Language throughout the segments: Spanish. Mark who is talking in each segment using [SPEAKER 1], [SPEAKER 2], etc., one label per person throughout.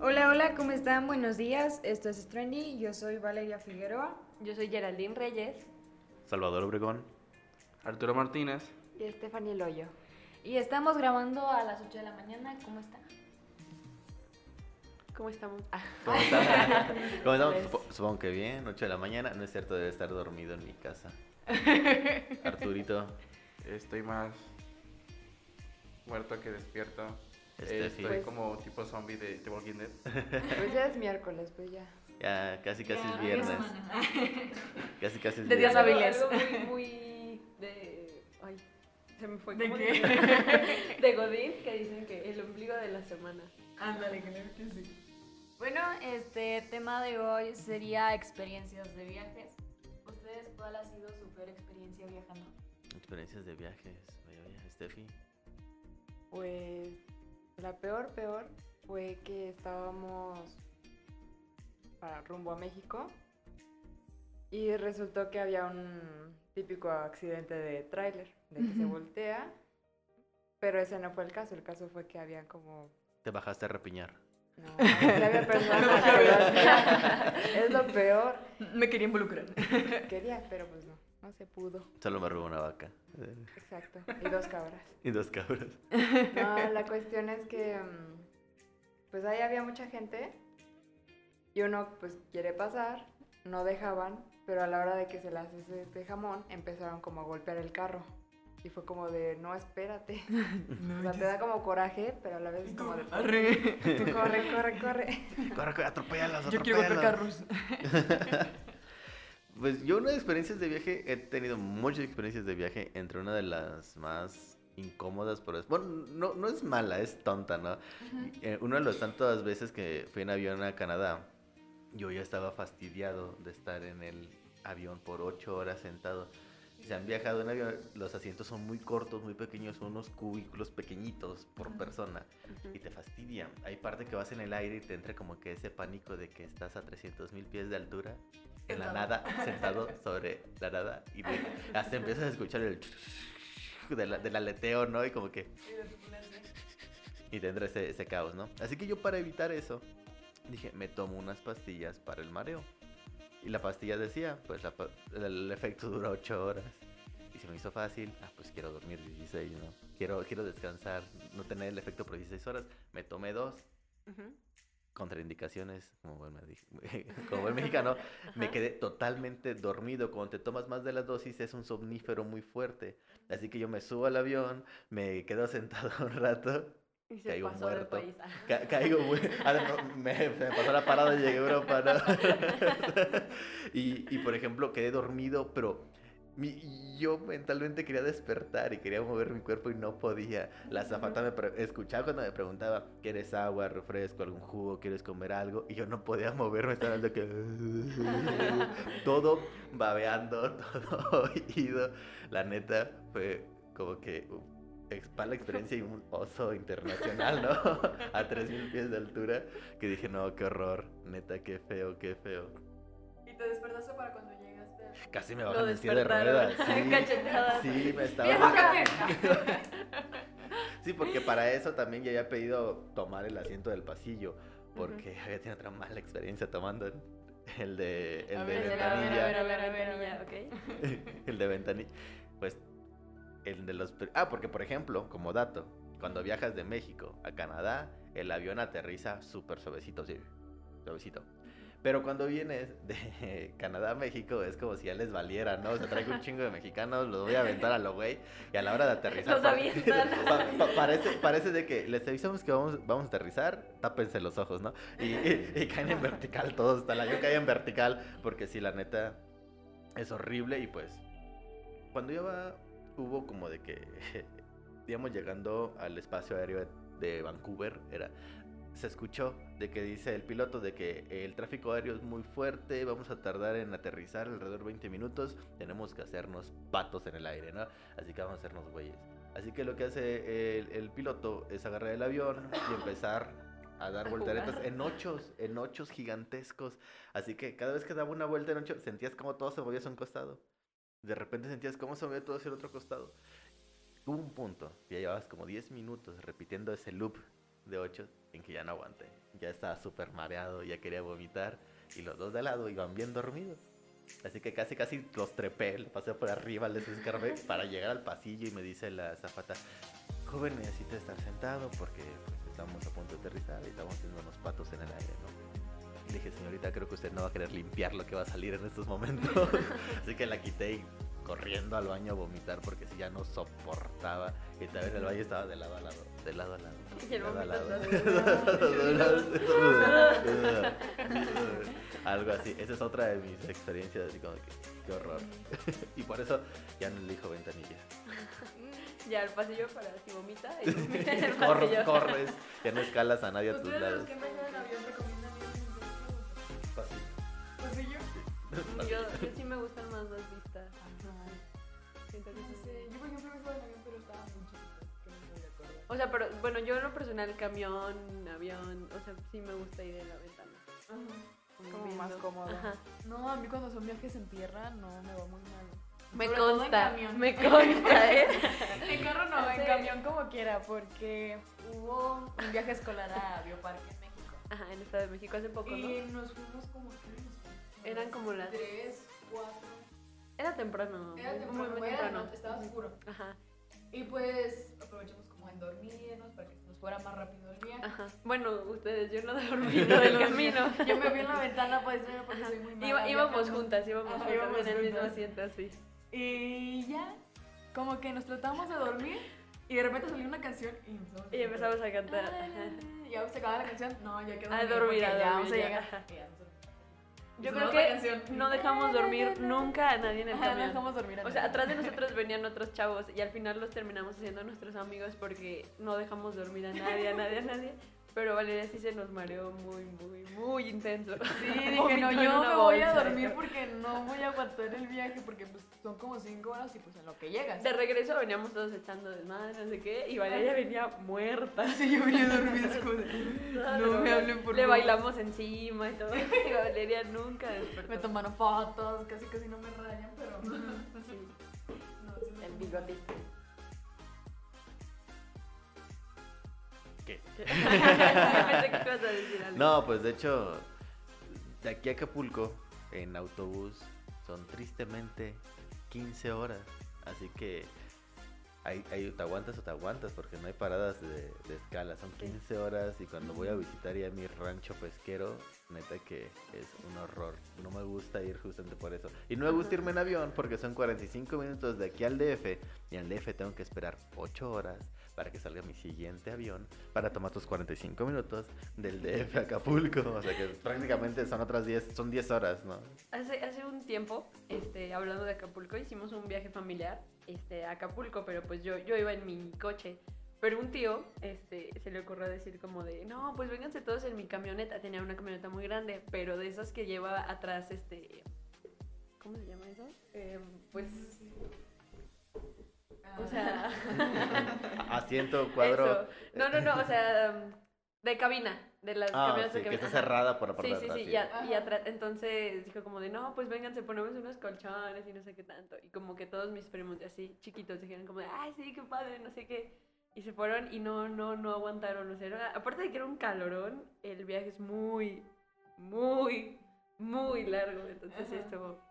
[SPEAKER 1] Hola, hola, ¿cómo están? Buenos días. Esto es Trendy. Yo soy Valeria Figueroa.
[SPEAKER 2] Yo soy Geraldine Reyes
[SPEAKER 3] Salvador Obregón.
[SPEAKER 4] Arturo Martínez.
[SPEAKER 2] y Estefany Loyo. Y estamos grabando a las 8 de la mañana. ¿Cómo está? ¿Cómo estamos? Ah,
[SPEAKER 3] ¿Cómo están? ¿Cómo están?
[SPEAKER 2] Pues-
[SPEAKER 3] Supo- Supongo que bien, 8 de la mañana. No es cierto, debe estar dormido en mi casa. Arturito,
[SPEAKER 4] Estoy más muerto que despierto.
[SPEAKER 3] Este,
[SPEAKER 4] Estoy
[SPEAKER 3] sí.
[SPEAKER 4] como tipo zombie de The Walking Dead.
[SPEAKER 5] Pues ya es miércoles, pues ya.
[SPEAKER 3] ya casi casi
[SPEAKER 1] Ya,
[SPEAKER 3] es viernes.
[SPEAKER 1] semana.
[SPEAKER 3] Casi casi es
[SPEAKER 2] De días
[SPEAKER 3] viernes.
[SPEAKER 2] hábiles.
[SPEAKER 5] Algo muy, muy de... Ay, se me fue.
[SPEAKER 2] ¿De
[SPEAKER 5] ¿cómo
[SPEAKER 2] qué?
[SPEAKER 5] se- De Godín, que dicen que el ombligo de la semana.
[SPEAKER 1] Ándale, creo que sí.
[SPEAKER 2] Bueno, este tema de hoy sería experiencias de viajes. ¿Ustedes cuál ha sido su peor experiencia viajando?
[SPEAKER 3] Experiencias de viajes. Vaya, vaya, Steffi.
[SPEAKER 5] Pues la peor, peor fue que estábamos para rumbo a México y resultó que había un típico accidente de tráiler, de que se
[SPEAKER 1] Ujú.
[SPEAKER 5] voltea, pero ese no fue el caso, el caso fue que habían como
[SPEAKER 3] Te bajaste a repiñar.
[SPEAKER 5] No, sí había personas alrededor. Es lo peor.
[SPEAKER 2] Me quería involucrar.
[SPEAKER 5] Quería, pero pues no. No se pudo.
[SPEAKER 3] Solo me robó una vaca. Eh,
[SPEAKER 5] Exacto. Y dos cabras.
[SPEAKER 3] Y dos cabras.
[SPEAKER 5] No, la cuestión es que mm, pues ahí había mucha gente y uno pues quiere pasar, no dejaban, pero a la hora de que se las hace de jamón empezaron como a golpear el carro. Y fue como de, no, espérate. o sea, te da como coraje, pero a la vez es como de, corre, corre, corre.
[SPEAKER 3] Corre, corre, atropéllalos,
[SPEAKER 2] Yo quiero golpear
[SPEAKER 3] atropéllalos.
[SPEAKER 2] carros.
[SPEAKER 3] Pues yo una de experiencias de viaje, he tenido muchas experiencias de viaje, entre una de las más incómodas, pero es, bueno, no, no es mala, es tonta, ¿no? Eh, una de las tantas veces que fui en avión a Canadá, yo ya estaba fastidiado de estar en el avión por ocho horas sentado. Se han viajado en avión, los asientos son muy cortos, muy pequeños, son unos cubículos pequeñitos por persona y te fastidia. Hay parte que vas en el aire y te entra como que ese pánico de que estás a 300 mil pies de altura, en la nada, sentado sobre la nada, y de- hasta empiezas a escuchar el del, del aleteo, ¿no? Y como que... Y te entra ese, ese caos, ¿no? Así que yo para evitar eso, dije, me tomo unas pastillas para el mareo. Y la pastilla decía, pues la pa- el efecto dura 8 horas. Y se me hizo fácil, ah, pues quiero dormir 16, ¿no? Quiero, quiero descansar, no tener el efecto por 16 horas. Me tomé dos, contraindicaciones, como buen, medi- como buen mexicano, me quedé totalmente dormido. Cuando te tomas más de las dosis es un somnífero muy fuerte. Así que yo me subo al avión, me quedo sentado un rato
[SPEAKER 2] Y
[SPEAKER 3] se Caigo pasó del muerto. país. Ca- caigo, güey. Ah, no, me, se me pasó la parada y llegué a Europa, ¿no? y, y, por ejemplo, quedé dormido, pero mi- yo mentalmente quería despertar y quería mover mi cuerpo y no podía. La azafata me pre- escuchaba cuando me preguntaba, ¿quieres agua, refresco, algún jugo, quieres comer algo? Y yo no podía moverme, estaba hablando que... todo babeando, todo oído. La neta fue como que... uh, ex- para la experiencia y un oso internacional, ¿no? A 3.000 pies de altura, que dije, no, qué horror, neta, qué feo, qué feo.
[SPEAKER 2] Y te despertaste para cuando llegaste.
[SPEAKER 3] Casi me bajan en silla de ruedas. Sí,
[SPEAKER 2] Cachetadas.
[SPEAKER 3] sí, me estaba...
[SPEAKER 2] ¡Viejo
[SPEAKER 3] Sí, porque para eso también ya había pedido tomar el asiento del pasillo, porque había tenido otra mala experiencia tomando el de, el de
[SPEAKER 2] A ver, a ver, a ver,
[SPEAKER 3] ventanilla.
[SPEAKER 2] a ver, a ver, a ver, a ver, ok.
[SPEAKER 3] el de ventanilla. Pues el de los... pri- Ah, porque por ejemplo, como dato, cuando viajas de México a Canadá, el avión aterriza súper suavecito, sí, suavecito. Pero cuando vienes de Canadá a México es como si ya les valiera, ¿no? O sea, traigo un chingo de mexicanos, los voy a aventar a lo güey y a la hora de aterrizar...
[SPEAKER 2] Los
[SPEAKER 3] pare-
[SPEAKER 2] avientan.
[SPEAKER 3] pa- pa- parece, parece de que les avisamos que vamos, vamos a aterrizar, tápense los ojos, ¿no? Y, y- y caen en vertical todos, hasta la yo caí en vertical porque sí, la neta, es horrible y pues cuando yo va hubo como de que digamos llegando al espacio aéreo de Vancouver era se escuchó de que dice el piloto de que el tráfico aéreo es muy fuerte, vamos a tardar en aterrizar alrededor de 20 minutos, tenemos que hacernos patos en el aire, ¿no? Así que vamos a hacernos güeyes. Así que lo que hace el, el piloto es agarrar el avión y empezar a dar
[SPEAKER 2] A
[SPEAKER 3] volteretas
[SPEAKER 2] jugar.
[SPEAKER 3] en ochos, en ochos gigantescos. Así que cada vez que daba una vuelta en ocho, sentías como todo se movía hacia un costado. De repente sentías cómo se movía todo hacia el otro costado. Hubo un punto, ya llevabas como 10 minutos repitiendo ese loop de 8 en que ya no aguanté. Ya estaba súper mareado, ya quería vomitar. Y los dos de al lado iban bien dormidos. Así que casi, casi los trepé, los pasé por arriba, les escarbé para llegar al pasillo y me dice la zafata, joven, necesita estar sentado porque pues, estamos a punto de aterrizar y estamos teniendo unos patos en el aire, ¿no? Y le dije, señorita, creo que usted no va a querer limpiar lo que va a salir en estos momentos. Así que la quité y corriendo al baño a vomitar porque si ya no soportaba. Y tal vez el baño estaba de lado a lado, de lado a lado.
[SPEAKER 2] Y el
[SPEAKER 3] de lado a
[SPEAKER 2] vómito
[SPEAKER 3] lado. Algo así. Esa es otra de mis experiencias, así como que, qué horror. Y por eso ya no elijo ventanillas.
[SPEAKER 2] Ya, el pasillo para si vomita y vomita en el
[SPEAKER 3] Corre,
[SPEAKER 2] pasillo.
[SPEAKER 3] corres, ya no escalas a nadie a tus
[SPEAKER 2] Ustedes los
[SPEAKER 3] lados.
[SPEAKER 2] que viajan en avión recomiendan ir
[SPEAKER 3] Fácil.
[SPEAKER 2] en pasillo. Yo, yo sí me gustan más las vistas. Siento que sí.
[SPEAKER 6] Yo, por ejemplo, me fui en avión, pero estaba muy chiquita. Que no me acuerdo.
[SPEAKER 2] O sea, pero bueno, yo en lo personal, camión, avión, o sea, sí me gusta ir en la ventana.
[SPEAKER 5] Como más
[SPEAKER 2] viendo.
[SPEAKER 5] cómodo.
[SPEAKER 2] Ajá.
[SPEAKER 6] No, a mí cuando son viajes en tierra, no, me va muy mal.
[SPEAKER 2] Me
[SPEAKER 6] Sobre todo en
[SPEAKER 2] consta,
[SPEAKER 6] camión.
[SPEAKER 2] me consta, ¿eh?
[SPEAKER 6] En carro no, en
[SPEAKER 2] Sí.
[SPEAKER 6] camión como quiera, porque hubo un viaje escolar a Bioparque en México.
[SPEAKER 2] Ajá, en Estado de México hace poco,
[SPEAKER 6] Y
[SPEAKER 2] ¿no?
[SPEAKER 6] nos fuimos como tres.
[SPEAKER 2] Eran como las-
[SPEAKER 6] Tres, cuatro.
[SPEAKER 2] Era temprano.
[SPEAKER 6] Era
[SPEAKER 2] muy-
[SPEAKER 6] temprano,
[SPEAKER 2] muy
[SPEAKER 6] era
[SPEAKER 2] temprano.
[SPEAKER 6] noche, estaba oscuro.
[SPEAKER 2] Ajá,
[SPEAKER 6] Y pues aprovechamos como en dormirnos para que nos fuera más rápido el viaje.
[SPEAKER 2] ajá. Bueno, ustedes, yo no dormí todo el camino.
[SPEAKER 6] Yo me vi en la ventana para distraerme porque soy muy mala.
[SPEAKER 2] Iba- íbamos
[SPEAKER 6] viajando.
[SPEAKER 2] juntas, íbamos
[SPEAKER 6] Ajá,
[SPEAKER 2] juntas
[SPEAKER 6] íbamos
[SPEAKER 2] en el mismo
[SPEAKER 6] juntas.
[SPEAKER 2] asiento, así.
[SPEAKER 6] Y ya, como que nos tratamos de dormir y de repente salió una canción y empezamos,
[SPEAKER 2] Y empezamos a cantar. ajá.
[SPEAKER 6] Y ya se acababa la canción. No, ya quedó
[SPEAKER 2] A dormir, a dormir,
[SPEAKER 6] ya vamos a
[SPEAKER 2] ya.
[SPEAKER 6] llegar.
[SPEAKER 2] Ajá.
[SPEAKER 6] Y ya nos dormimos. Y
[SPEAKER 2] Yo creo
[SPEAKER 6] sonó otra
[SPEAKER 2] que
[SPEAKER 6] canción.
[SPEAKER 2] no dejamos dormir nunca a nadie en el
[SPEAKER 6] Ajá, no
[SPEAKER 2] camión.
[SPEAKER 6] dejamos dormir a
[SPEAKER 2] O sea,
[SPEAKER 6] nadie.
[SPEAKER 2] atrás de nosotros venían otros chavos y al final los terminamos haciendo nuestros amigos porque no dejamos dormir a nadie, a nadie, a nadie. Pero Valeria sí se nos mareó muy, muy, muy intenso.
[SPEAKER 6] Sí, dije,
[SPEAKER 2] Vomitó
[SPEAKER 6] no,
[SPEAKER 2] en
[SPEAKER 6] yo
[SPEAKER 2] una
[SPEAKER 6] me voy a
[SPEAKER 2] bolsa.
[SPEAKER 6] dormir porque no voy a aguantar el viaje porque pues, son como cinco horas y pues en lo que llegas.
[SPEAKER 2] De regreso veníamos todos echando desmadre, no sé qué, y Valeria venía muerta.
[SPEAKER 6] Sí, yo venía a dormir, es como de- No me hablen, por
[SPEAKER 2] Le
[SPEAKER 6] favor.
[SPEAKER 2] bailamos encima y todo. Y Valeria nunca despertó.
[SPEAKER 6] Me tomaron fotos, casi casi no me rayan, pero... No, sí me-
[SPEAKER 5] El bigotito.
[SPEAKER 3] ¿Qué?
[SPEAKER 2] Pensé que ibas a decir algo.
[SPEAKER 3] No, pues de hecho, de aquí a Acapulco, en autobús, son tristemente 15 horas. Así que ahí, ahí te aguantas o te aguantas, porque no hay paradas de, de escala. Son 15 horas y cuando voy a visitar ya mi rancho pesquero, neta que es un horror. No me gusta ir justamente por eso. Y no me gusta irme en avión porque son 45 minutos de aquí al DF. Y en el DF tengo que esperar 8 horas para que salga mi siguiente avión para tomar tus 45 minutos del DF a Acapulco. O sea que prácticamente son otras 10, son 10 horas, ¿no?
[SPEAKER 2] Hace, hace un tiempo, este, hablando de Acapulco, hicimos un viaje familiar este, a Acapulco, pero pues yo, yo iba en mi coche. Pero un tío este, se le ocurrió decir como de, no, pues vénganse todos en mi camioneta. Tenía una camioneta muy grande, pero de esas que lleva atrás, este, ¿cómo se llama eso? Em, pues,
[SPEAKER 6] Ah.
[SPEAKER 2] o sea,
[SPEAKER 3] A- Asiento, cuadro.
[SPEAKER 2] eso. No, no, no, o sea, em, de cabina, de las
[SPEAKER 3] Ah,
[SPEAKER 2] camionetas
[SPEAKER 3] sí,
[SPEAKER 2] de
[SPEAKER 3] que está
[SPEAKER 2] cabina. Ajá.
[SPEAKER 3] cerrada por la parte
[SPEAKER 2] Sí,
[SPEAKER 3] de
[SPEAKER 2] sí,
[SPEAKER 3] atrás.
[SPEAKER 2] sí,
[SPEAKER 3] sí.
[SPEAKER 2] y, a- y
[SPEAKER 6] Ajá.
[SPEAKER 2] atrás, entonces dijo como de, no, pues vénganse, ponemos unos colchones y no sé qué tanto. Y como que todos mis primos así chiquitos dijeron como de, ay, sí, qué padre, no sé qué. Y se fueron y no, no, no aguantaron. O sea, era- aparte de que era un calorón, el viaje es muy, muy, muy largo. Entonces sí
[SPEAKER 6] Ajá.
[SPEAKER 2] estuvo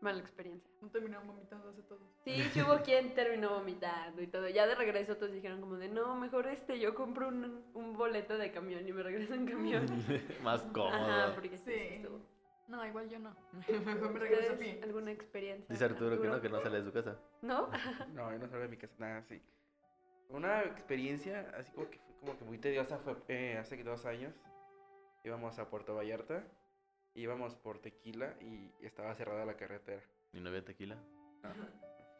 [SPEAKER 2] mala experiencia.
[SPEAKER 6] No terminaron vomitando hace todo.
[SPEAKER 2] Sí, sí hubo quien terminó vomitando y todo. Ya de regreso todos dijeron como de, no, mejor este, yo compro un, un boleto de camión y me regreso en camión.
[SPEAKER 3] Más
[SPEAKER 2] Ajá,
[SPEAKER 3] cómodo.
[SPEAKER 2] porque sí, sí
[SPEAKER 6] Sí.
[SPEAKER 2] estuvo.
[SPEAKER 6] No, igual yo no. Mejor me regreso a
[SPEAKER 2] ¿Ustedes
[SPEAKER 6] pie.
[SPEAKER 2] ¿Alguna experiencia?
[SPEAKER 3] Dice Arturo que no, que no sale de su casa.
[SPEAKER 2] ¿No?
[SPEAKER 4] No, yo no salgo de mi casa, nada así. Una experiencia así como que fue como que muy tediosa fue eh, hace dos años. Íbamos a Puerto Vallarta, íbamos por tequila y estaba cerrada la carretera.
[SPEAKER 3] ¿Y no había tequila?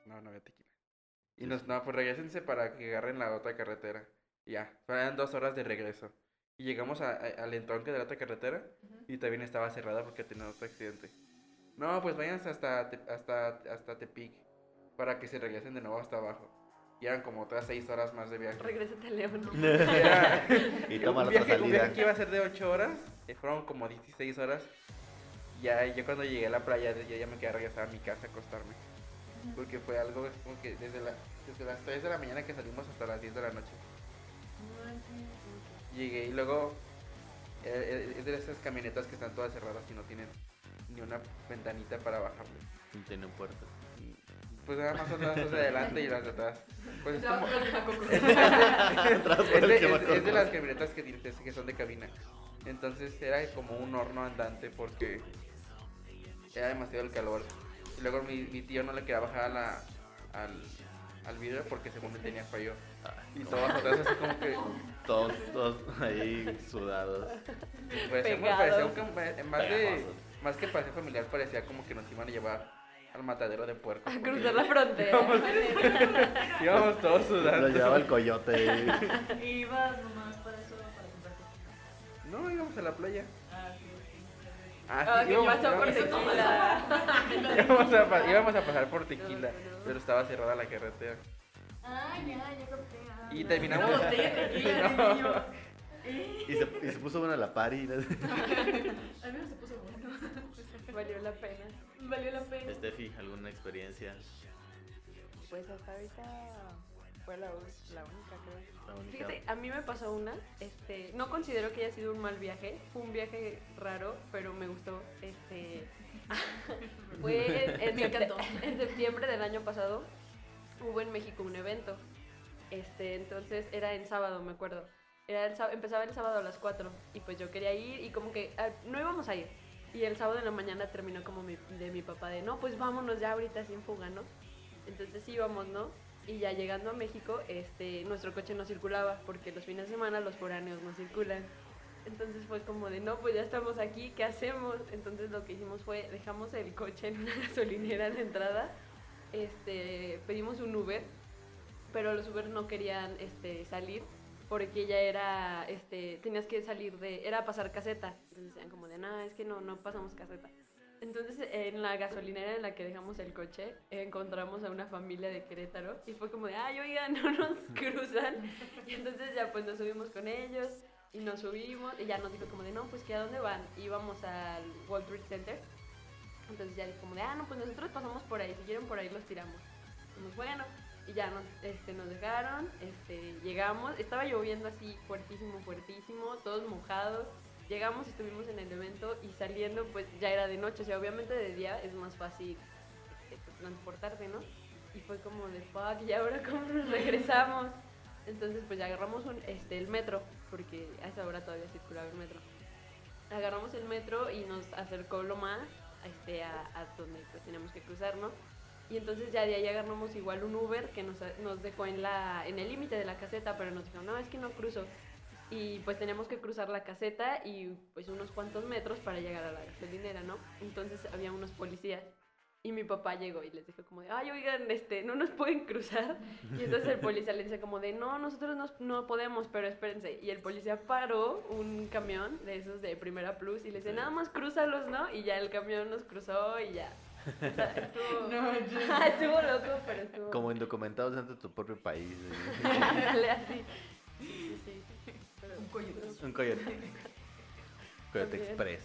[SPEAKER 4] No, no, no había tequila. Y
[SPEAKER 3] Sí,
[SPEAKER 4] nos, no, pues regresense para que agarren la otra carretera. Y Ya, eran dos horas de regreso. Y llegamos a- a- al entronque de la otra carretera y también estaba cerrada porque tenía otro accidente. No, pues váyanse hasta, Te- hasta, hasta Tepic para que se regresen de nuevo hasta abajo. Y eran como otras seis horas más de viaje.
[SPEAKER 2] Regrésate, León.
[SPEAKER 4] Era-
[SPEAKER 3] Y toma
[SPEAKER 4] un
[SPEAKER 3] la
[SPEAKER 4] viaje,
[SPEAKER 3] otra
[SPEAKER 4] un viaje
[SPEAKER 3] salida.
[SPEAKER 4] que iba a ser de 8 horas, eh, fueron como 16 horas. Ya, yo cuando llegué a la playa, yo ya me quedé regresar a mi casa a acostarme. Porque fue algo es como que desde, la- desde las 3 de la mañana que salimos hasta las 10 de la noche. Llegué y luego eh, eh, es de esas camionetas que están todas cerradas y no tienen ni una ventanita para bajarle.
[SPEAKER 3] Y Tiene un puerto.
[SPEAKER 4] Pues nada más son las dos de adelante y las de atrás. Pues es como...
[SPEAKER 6] Trabajo de Macoco.
[SPEAKER 4] Es
[SPEAKER 3] Transporte
[SPEAKER 4] de,
[SPEAKER 3] que va
[SPEAKER 4] es- es de
[SPEAKER 3] con-
[SPEAKER 4] las camionetas que, tienes- que son de cabina. Entonces era como un horno andante porque era demasiado el calor. Y luego mi, mi tío no le quería bajar a la- al, al vidrio porque según le tenía fallo. Y todos atrás así como que...
[SPEAKER 3] Todos, todos ahí sudados.
[SPEAKER 4] Parecía,
[SPEAKER 2] Pegados.
[SPEAKER 4] parecía un cam- eh, más, de,
[SPEAKER 3] Pegajosos.
[SPEAKER 4] más que parecía familiar, parecía como que nos iban a llevar al matadero de puerco.
[SPEAKER 2] A
[SPEAKER 4] porque
[SPEAKER 2] cruzar la
[SPEAKER 3] pues,
[SPEAKER 2] frontera.
[SPEAKER 4] Íbamos todos
[SPEAKER 3] Lo llevaba
[SPEAKER 4] sudando.
[SPEAKER 3] el coyote. ahí.
[SPEAKER 6] Ibas nomás para eso, para comprarte.
[SPEAKER 4] No, íbamos a la playa.
[SPEAKER 6] Ah, sí.
[SPEAKER 4] Ah,
[SPEAKER 2] Ah,
[SPEAKER 4] sí,
[SPEAKER 2] que
[SPEAKER 4] íbamos,
[SPEAKER 2] pasó por
[SPEAKER 4] íbamos-
[SPEAKER 2] tequila.
[SPEAKER 4] íbamos a, pa- íbamos a pasar por tequila,
[SPEAKER 2] no.
[SPEAKER 4] pero estaba cerrada la carretera.
[SPEAKER 6] Ah, ya, ya capté. ah,
[SPEAKER 4] Y
[SPEAKER 6] ya.
[SPEAKER 4] terminamos-
[SPEAKER 6] Una botella de tequila,
[SPEAKER 4] No.
[SPEAKER 6] niño. Eh,
[SPEAKER 3] Y se, y se puso bueno la pari.
[SPEAKER 6] Al menos se puso bueno.
[SPEAKER 2] Valió la pena.
[SPEAKER 6] Valió la pena.
[SPEAKER 3] Steffi, ¿alguna experiencia?
[SPEAKER 5] Pues hasta ahorita fue la, u- la única, creo.
[SPEAKER 3] La única-
[SPEAKER 2] Fíjate, a mí me pasó una, este, no considero que haya sido un mal viaje, fue un viaje raro, pero me gustó, este, fue en, en
[SPEAKER 6] Me
[SPEAKER 2] septe-
[SPEAKER 6] encantó.
[SPEAKER 2] en septiembre del año pasado, hubo en México un evento, este, entonces era en sábado, me acuerdo, era el sá- empezaba el sábado a las 4, y pues yo quería ir, y como que ah, no íbamos a ir, y el sábado en la mañana terminó como mi- de mi papá de, no, pues vámonos ya ahorita sin fuga, ¿no? Entonces íbamos, ¿no? Y ya llegando a México, este, nuestro coche no circulaba porque los fines de semana los foráneos no circulan. Entonces fue como de, no, pues ya estamos aquí, ¿qué hacemos? Entonces lo que hicimos fue, dejamos el coche en una gasolinera de entrada, este, pedimos un Uber, pero los Uber no querían este, salir porque ya era, este, tenías que salir de, era pasar caseta. Entonces decían como de, no, es que no, no pasamos caseta. Entonces, en la gasolinera en la que dejamos el coche, encontramos a una familia de Querétaro y fue como de, ay, oigan, no nos cruzan. Y entonces ya pues nos subimos con ellos y nos subimos y ya nos dijo como de, no, pues que a dónde van. Íbamos al World Trade Center. Entonces ya dijo como de, ah, no, pues nosotros pasamos por ahí, si quieren por ahí los tiramos. Dijimos, bueno, y ya nos, este, nos dejaron, este, llegamos, estaba lloviendo así fuertísimo, fuertísimo, todos mojados. Llegamos, estuvimos en el evento y saliendo pues ya era de noche, o sea, obviamente de día es más fácil eh, pues, transportarte, ¿no? Y fue como de fuck, ¿y ahora cómo nos regresamos? Entonces pues ya agarramos un, este, el metro, porque a esa hora todavía circulaba el metro. Agarramos el metro y nos acercó lo más este, a, a donde pues teníamos que cruzar, ¿no? Y entonces ya de ahí agarramos igual un Uber que nos, nos dejó en, la, en el límite de la caseta, pero nos dijo, no, es que no cruzo. Y pues teníamos que cruzar la caseta y pues unos cuantos metros para llegar a la gasolinera, ¿no? Entonces había unos policías y mi papá llegó y les dijo como de, ay, oigan, este, no nos pueden cruzar. Y entonces el policía le dice como de, no, nosotros no, no podemos, pero espérense. Y el policía paró un camión de esos de Primera Plus y le dice, nada más cruzalos, ¿no? Y ya el camión nos cruzó y ya. O sea, estuvo- Ah, estuvo loco, pero estuvo.
[SPEAKER 3] Como indocumentados dentro de tu propio país. ¿eh?
[SPEAKER 2] Ándale, así. Sí, sí, sí. Pero-
[SPEAKER 6] Un coyote.
[SPEAKER 3] Un coyote. Coyote
[SPEAKER 2] También.
[SPEAKER 3] Express.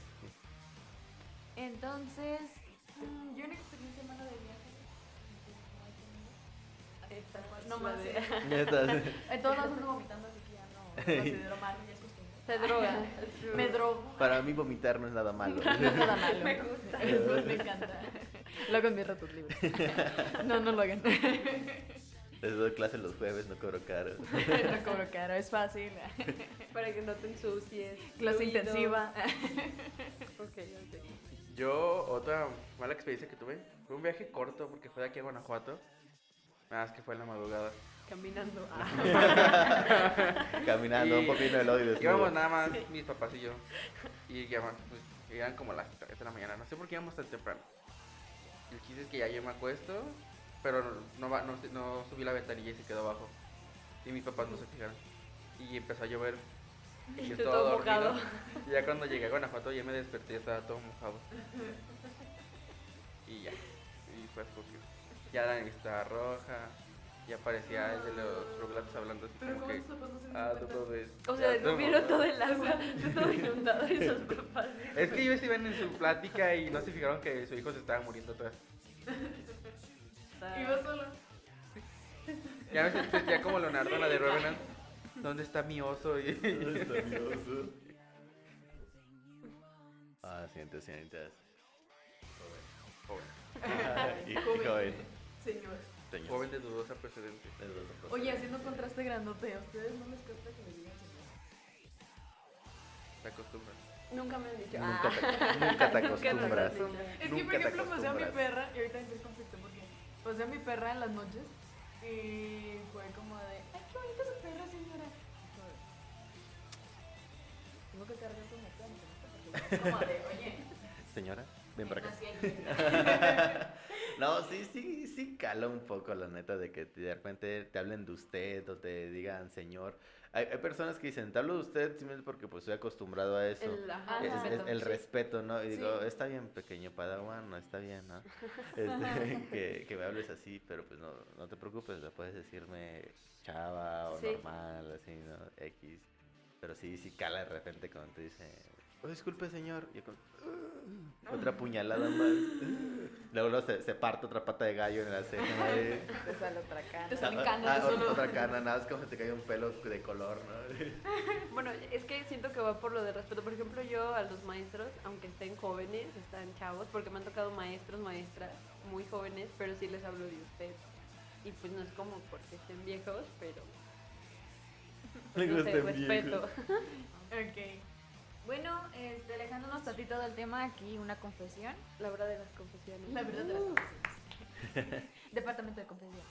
[SPEAKER 6] Entonces, mm, yo una experiencia mala de viaje. Esta, no más.
[SPEAKER 2] suave.
[SPEAKER 6] eh.
[SPEAKER 3] Neta,
[SPEAKER 6] En todos lados ando vomitando, así que ya no lo considero mal, ya es costumbre.
[SPEAKER 2] Se droga.
[SPEAKER 6] Me drogo.
[SPEAKER 3] Para mí vomitar no es nada malo.
[SPEAKER 5] Nada malo.
[SPEAKER 6] Me gusta. Me encanta. Lo con mis ratos libres. No, no lo hagan.
[SPEAKER 3] Les doy clase los jueves, no cobro caro.
[SPEAKER 6] No cobro caro, es fácil.
[SPEAKER 2] Para que no te ensucies.
[SPEAKER 6] Clase
[SPEAKER 2] Fluido.
[SPEAKER 6] intensiva.
[SPEAKER 2] Ok, ok.
[SPEAKER 4] Yo, otra mala experiencia que tuve, fue un viaje corto porque fue de aquí a Guanajuato. Nada más que fue en la madrugada.
[SPEAKER 2] Caminando. Ah.
[SPEAKER 3] Caminando
[SPEAKER 4] Y-
[SPEAKER 3] un poquito de odio y desnudo.
[SPEAKER 4] Íbamos nada más mis papás y yo. Y llegaban, pues, eran como las 3 de la mañana. No sé por qué íbamos tan temprano. El chiste es que ya yo me acuesto, pero no, no, ba- no, no subí la ventanilla y se quedó abajo. Y mis papás no se fijaron. Y empezó a llover.
[SPEAKER 2] Y
[SPEAKER 4] yo
[SPEAKER 2] tú
[SPEAKER 4] estaba
[SPEAKER 2] todo
[SPEAKER 4] dormido.
[SPEAKER 2] mojado.
[SPEAKER 4] Y ya cuando llegué a Guanajuato ya me desperté, estaba todo mojado. Y ya. Y fue porque ya la nariz estaba roja. Ya parecía el de los roglatos hablando así
[SPEAKER 6] Pero
[SPEAKER 4] como
[SPEAKER 6] como
[SPEAKER 4] que.
[SPEAKER 6] tus papás no se
[SPEAKER 4] Ah,
[SPEAKER 6] dieron
[SPEAKER 4] tú
[SPEAKER 6] cuenta.
[SPEAKER 4] ves.
[SPEAKER 2] O sea,
[SPEAKER 4] ya, tú
[SPEAKER 2] vieron
[SPEAKER 4] ves".
[SPEAKER 2] todo el agua. Yo todo inundado de esos papás.
[SPEAKER 4] Es que ellos iban en su plática y no se fijaron que su hijo se estaba muriendo atrás.
[SPEAKER 6] Iba solo.
[SPEAKER 4] Ya me sentía como Leonardo, la de Revenant. ¿Dónde está mi oso? Y-
[SPEAKER 3] Ah, sientes, sientes.
[SPEAKER 4] joven,
[SPEAKER 3] Y joven.
[SPEAKER 6] Señor.
[SPEAKER 3] Señor.
[SPEAKER 4] joven de dudosa precedente.
[SPEAKER 3] Es dos cosas.
[SPEAKER 6] Oye, haciendo contraste grandote, ¿a ustedes no les cuesta que me digan señor?
[SPEAKER 4] Te acostumbras.
[SPEAKER 2] Nunca me han dicho.
[SPEAKER 3] Nunca
[SPEAKER 2] ah.
[SPEAKER 3] te, nunca te
[SPEAKER 2] Nunca nos
[SPEAKER 3] acostumbras.
[SPEAKER 2] lo has dicho.
[SPEAKER 6] Es que,
[SPEAKER 3] Nunca
[SPEAKER 6] por
[SPEAKER 3] te
[SPEAKER 6] ejemplo, pasé a mi
[SPEAKER 3] acostumbras.
[SPEAKER 6] perra, y ahorita estoy conflicto porque pasé a mi perra en las noches y fue como de, ay, qué bonita su perra, señora. Y yo de, Tengo que cargar con mi perra. ¿no? Como de, oye,
[SPEAKER 3] Señora, ven para acá.
[SPEAKER 6] nací aquí".
[SPEAKER 3] No, sí, sí, sí cala un poco la neta de que de repente te hablen de usted o te digan señor. Hay, hay personas que dicen, te hablo de usted simplemente porque pues estoy acostumbrado a eso.
[SPEAKER 2] El, ajá,
[SPEAKER 3] Es- es-
[SPEAKER 2] respeto.
[SPEAKER 3] el
[SPEAKER 2] Sí.
[SPEAKER 3] respeto, ¿no? Y digo,
[SPEAKER 6] Sí.
[SPEAKER 3] está bien, pequeño padawan, no está bien, ¿no? Este, que, que me hables así, pero pues no, no te preocupes, la puedes decirme chava o
[SPEAKER 2] Sí.
[SPEAKER 3] normal, así, ¿no? X. Pero sí, sí cala de repente cuando te dice, "Oh, disculpe, señor. Y yo con, "Ah", otra puñalada más. Luego, luego se, se parte otra pata de gallo en la ceja. ¿eh?
[SPEAKER 5] Te sale Pues, otra cana.
[SPEAKER 6] Te sale- Salen canas
[SPEAKER 3] Ah,
[SPEAKER 6] de solo.
[SPEAKER 3] otra cana, nada, es como si te cae un pelo de color, ¿no?
[SPEAKER 2] Bueno, es que siento que va por lo de respeto. Por ejemplo, yo a los maestros, aunque estén jóvenes, están chavos, porque me han tocado maestros, maestras muy jóvenes, pero sí les hablo de usted. Y pues no es como porque estén viejos, pero no sé, respeto.
[SPEAKER 6] Ok.
[SPEAKER 1] Bueno, este, alejándonos tantito del tema, aquí una confesión.
[SPEAKER 2] La hora de las confesiones.
[SPEAKER 6] La verdad de las cosas.
[SPEAKER 1] Departamento de confesión.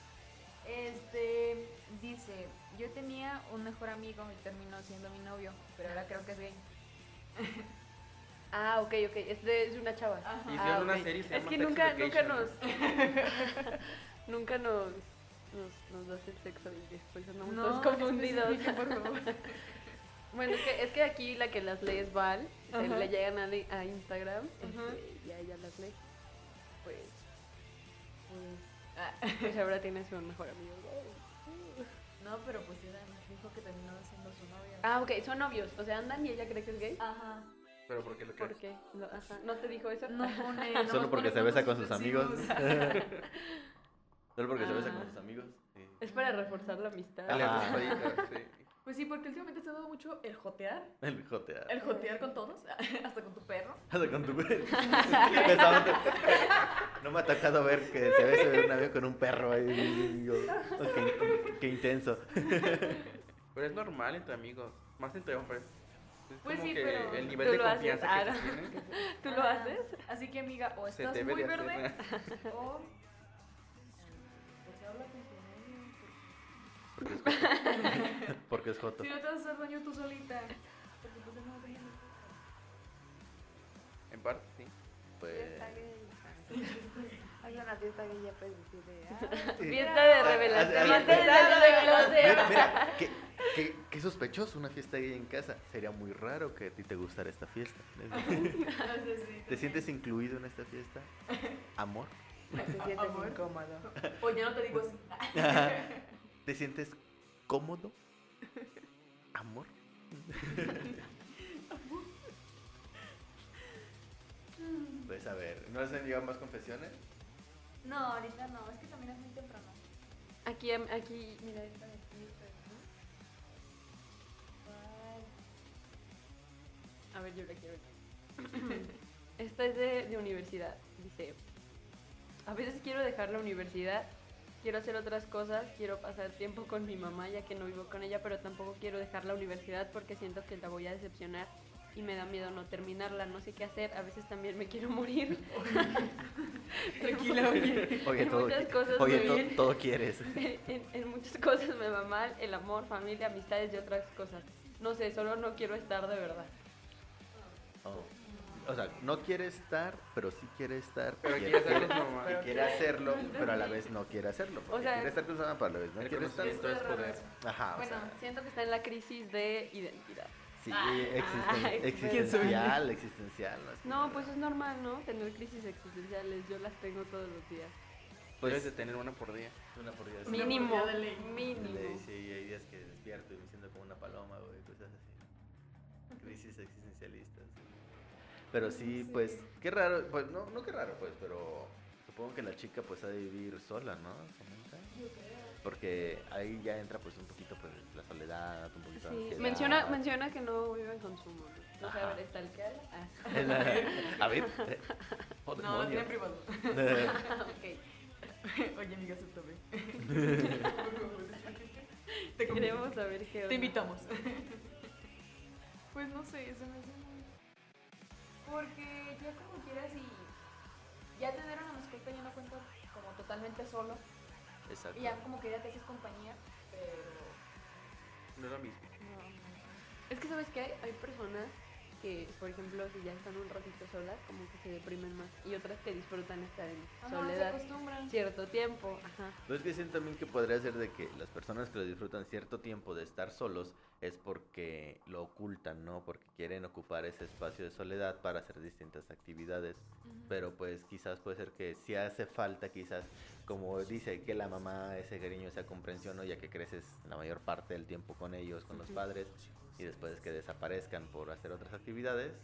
[SPEAKER 1] Este, dice, yo tenía un mejor amigo y terminó siendo mi novio, pero ahora creo que es gay.
[SPEAKER 2] Ah, ok, ok. Es de es de una chava.
[SPEAKER 6] Ajá.
[SPEAKER 4] Hicieron
[SPEAKER 2] Ah,
[SPEAKER 4] una
[SPEAKER 2] ok.
[SPEAKER 4] serie, se
[SPEAKER 2] Es
[SPEAKER 4] llama
[SPEAKER 2] que
[SPEAKER 4] Sex
[SPEAKER 2] nunca, nunca
[SPEAKER 4] Education.
[SPEAKER 2] nos. nunca nos. Nos, nos das el sexo y después andamos todos confundidos.
[SPEAKER 1] especifiquen, por favor.
[SPEAKER 2] Bueno, es que, es que aquí la que las lee es Val, se
[SPEAKER 6] Ajá.
[SPEAKER 2] le llegan a, le- a Instagram
[SPEAKER 6] Ajá.
[SPEAKER 2] este, y a ella las lee. Pues, pues,
[SPEAKER 6] Ah,
[SPEAKER 2] pues ahora tienes un mejor amigo.
[SPEAKER 6] No, pero pues era, dijo que terminó siendo su novia.
[SPEAKER 2] Ah, ok, son novios, o sea, andan y ella cree que es gay.
[SPEAKER 6] Ajá.
[SPEAKER 4] Pero porque lo
[SPEAKER 2] Ah, ¿Por
[SPEAKER 4] crees.
[SPEAKER 2] qué? No, ajá, ¿No te dijo eso?
[SPEAKER 6] No pone. nomás
[SPEAKER 3] Solo porque
[SPEAKER 6] pone
[SPEAKER 3] se besa
[SPEAKER 6] puntos
[SPEAKER 3] con sus amigos.
[SPEAKER 6] suspensivos.
[SPEAKER 3] Solo porque se besa
[SPEAKER 2] Ah.
[SPEAKER 3] con sus amigos. eh, Sí.
[SPEAKER 2] Es para reforzar la amistad.
[SPEAKER 4] Dale
[SPEAKER 3] Ajá.
[SPEAKER 4] raspadita, sí.
[SPEAKER 6] Pues sí, porque últimamente se ha dado mucho el jotear.
[SPEAKER 3] El jotea.
[SPEAKER 6] El jotear con todos, hasta con tu perro.
[SPEAKER 3] Hasta con tu Pensaba- No me ha tocado ver que se bese un avión con un perro. ahí, y digo, "Oh, qué, qué intenso.
[SPEAKER 4] Pero es normal entre amigos, más entre hombres. Es
[SPEAKER 6] Pues
[SPEAKER 4] como
[SPEAKER 6] sí,
[SPEAKER 4] que
[SPEAKER 6] pero
[SPEAKER 4] el
[SPEAKER 2] tú
[SPEAKER 4] nivel de
[SPEAKER 2] lo haces,
[SPEAKER 4] confianza
[SPEAKER 2] ah,
[SPEAKER 4] que se tiene
[SPEAKER 2] ¿Tú lo
[SPEAKER 6] Ah,
[SPEAKER 2] haces?
[SPEAKER 6] Así que, amiga, o
[SPEAKER 4] se
[SPEAKER 6] estás
[SPEAKER 4] debe
[SPEAKER 6] muy
[SPEAKER 4] de hacer.
[SPEAKER 6] verde o.
[SPEAKER 3] Porque es joto. Porque es joto.
[SPEAKER 6] Si no te vas a hacer daño tú solita. Porque pues no te daño.
[SPEAKER 4] En parte, sí.
[SPEAKER 3] Pues,
[SPEAKER 5] Hay una fiesta que ya puedes decir de, "Ah,
[SPEAKER 2] Fiesta de
[SPEAKER 3] Ah,
[SPEAKER 2] revelación.
[SPEAKER 3] ah,
[SPEAKER 2] Fiesta
[SPEAKER 5] ah,
[SPEAKER 2] de
[SPEAKER 3] mira,
[SPEAKER 2] revelación.
[SPEAKER 3] mira, qué, qué- qué sospechoso una fiesta gay en casa. Sería muy raro que a ti te gustara esta fiesta. ¿Te sientes incluido en esta fiesta? ¿Amor?
[SPEAKER 5] te sientes
[SPEAKER 6] Amor.
[SPEAKER 5] incómodo.
[SPEAKER 6] O ya no te digo así.
[SPEAKER 3] ¿Te sientes cómodo? ¿Amor? Pues a ver, ¿no has enviado más confesiones?
[SPEAKER 1] No, ahorita no, es que también es muy temprano.
[SPEAKER 2] Aquí, am- aquí, mira, esta de aquí, ¿no? A ver, yo la quiero. leer. Esta es de, de universidad. Dice, a veces quiero dejar la universidad, quiero hacer otras cosas, quiero pasar tiempo con mi mamá ya que no vivo con ella, pero tampoco quiero dejar la universidad porque siento que la voy a decepcionar y me da miedo no terminarla, no sé qué hacer, a veces también me quiero morir. Tranquila, oye.
[SPEAKER 3] Oye,
[SPEAKER 2] Hay
[SPEAKER 3] todo,
[SPEAKER 2] muchas cosas
[SPEAKER 3] oye,
[SPEAKER 2] muy
[SPEAKER 3] to-
[SPEAKER 2] bien.
[SPEAKER 3] todo quieres.
[SPEAKER 2] en, en muchas cosas me va mal, el amor, familia, amistades y otras cosas. No sé, solo no quiero estar de verdad.
[SPEAKER 3] Oh. O sea, no quiere estar, pero sí quiere estar.
[SPEAKER 4] Pero
[SPEAKER 3] y
[SPEAKER 4] quiere
[SPEAKER 3] él quiere-
[SPEAKER 4] hacerlo con su mamá.
[SPEAKER 3] y quiere hacerlo, pero a la vez no quiere hacerlo. Porque
[SPEAKER 2] sea,
[SPEAKER 3] quiere estar con su mamá, pero a la vez no
[SPEAKER 4] El
[SPEAKER 3] quiere estar.
[SPEAKER 4] conocimiento es poder.
[SPEAKER 3] Ajá, o
[SPEAKER 2] Bueno,
[SPEAKER 3] sea,
[SPEAKER 2] siento que está en la crisis de identidad.
[SPEAKER 3] sí, existen-
[SPEAKER 2] ay,
[SPEAKER 3] existencial, existencial. no sé.
[SPEAKER 2] No, pues es normal, ¿no? Tener crisis existenciales, yo las tengo todos los días.
[SPEAKER 4] Debes
[SPEAKER 3] pues
[SPEAKER 4] de tener una por día.
[SPEAKER 3] una por día.
[SPEAKER 2] Mínimo,
[SPEAKER 6] oportunidad de ley.
[SPEAKER 3] Le
[SPEAKER 2] mínimo.
[SPEAKER 3] dice, y hay días que despierto y me siento como una paloma, güey, cosas así. Crisis existencialistas. Pero sí, pues, qué raro, pues, no, no qué raro, pues, pero supongo que la chica, pues, ha de vivir sola, ¿no? Samantha? Porque ahí ya entra pues un poquito pues la soledad, un poquito la
[SPEAKER 2] Sí,
[SPEAKER 3] ansiedad.
[SPEAKER 2] menciona, menciona que no viven con su mamá. O sea,
[SPEAKER 3] Ajá.
[SPEAKER 2] a ver, está el que habla. Ah,
[SPEAKER 3] A ver. eh, Oh,
[SPEAKER 6] No, lo tiene
[SPEAKER 3] demonios.
[SPEAKER 6] privado.
[SPEAKER 2] ok.
[SPEAKER 6] Oye, amiga, acéptame. Por favor. Te convido.
[SPEAKER 2] Queremos saber qué
[SPEAKER 6] Te
[SPEAKER 2] onda.
[SPEAKER 6] invitamos. pues no sé, se me hace muy...
[SPEAKER 1] Porque ya como quieras y ya tener una mascota ya no cuenta como totalmente solo.
[SPEAKER 3] Exacto.
[SPEAKER 1] Y ya como que ya te haces compañía, pero...
[SPEAKER 4] No es lo mismo.
[SPEAKER 2] No. Es que, ¿sabes qué? Hay personas que, por ejemplo, si ya están un ratito solas, como que se deprimen más. Y otras que disfrutan estar en
[SPEAKER 1] se
[SPEAKER 6] pues
[SPEAKER 2] soledad
[SPEAKER 1] acostumbran.
[SPEAKER 2] cierto tiempo. Ajá.
[SPEAKER 3] Pero Pues es que siento también que podría ser de que las personas que lo disfrutan cierto tiempo de estar solos es porque lo ocultan, ¿no? Porque quieren ocupar ese espacio de soledad para hacer distintas actividades. Pero pues quizás puede ser que si hace falta, quizás, como dice, que la mamá, ese cariño, esa comprensión, ¿no? Ya que creces la mayor parte del tiempo con ellos, con los
[SPEAKER 2] Ujú.
[SPEAKER 3] padres, y después que desaparezcan por hacer otras actividades,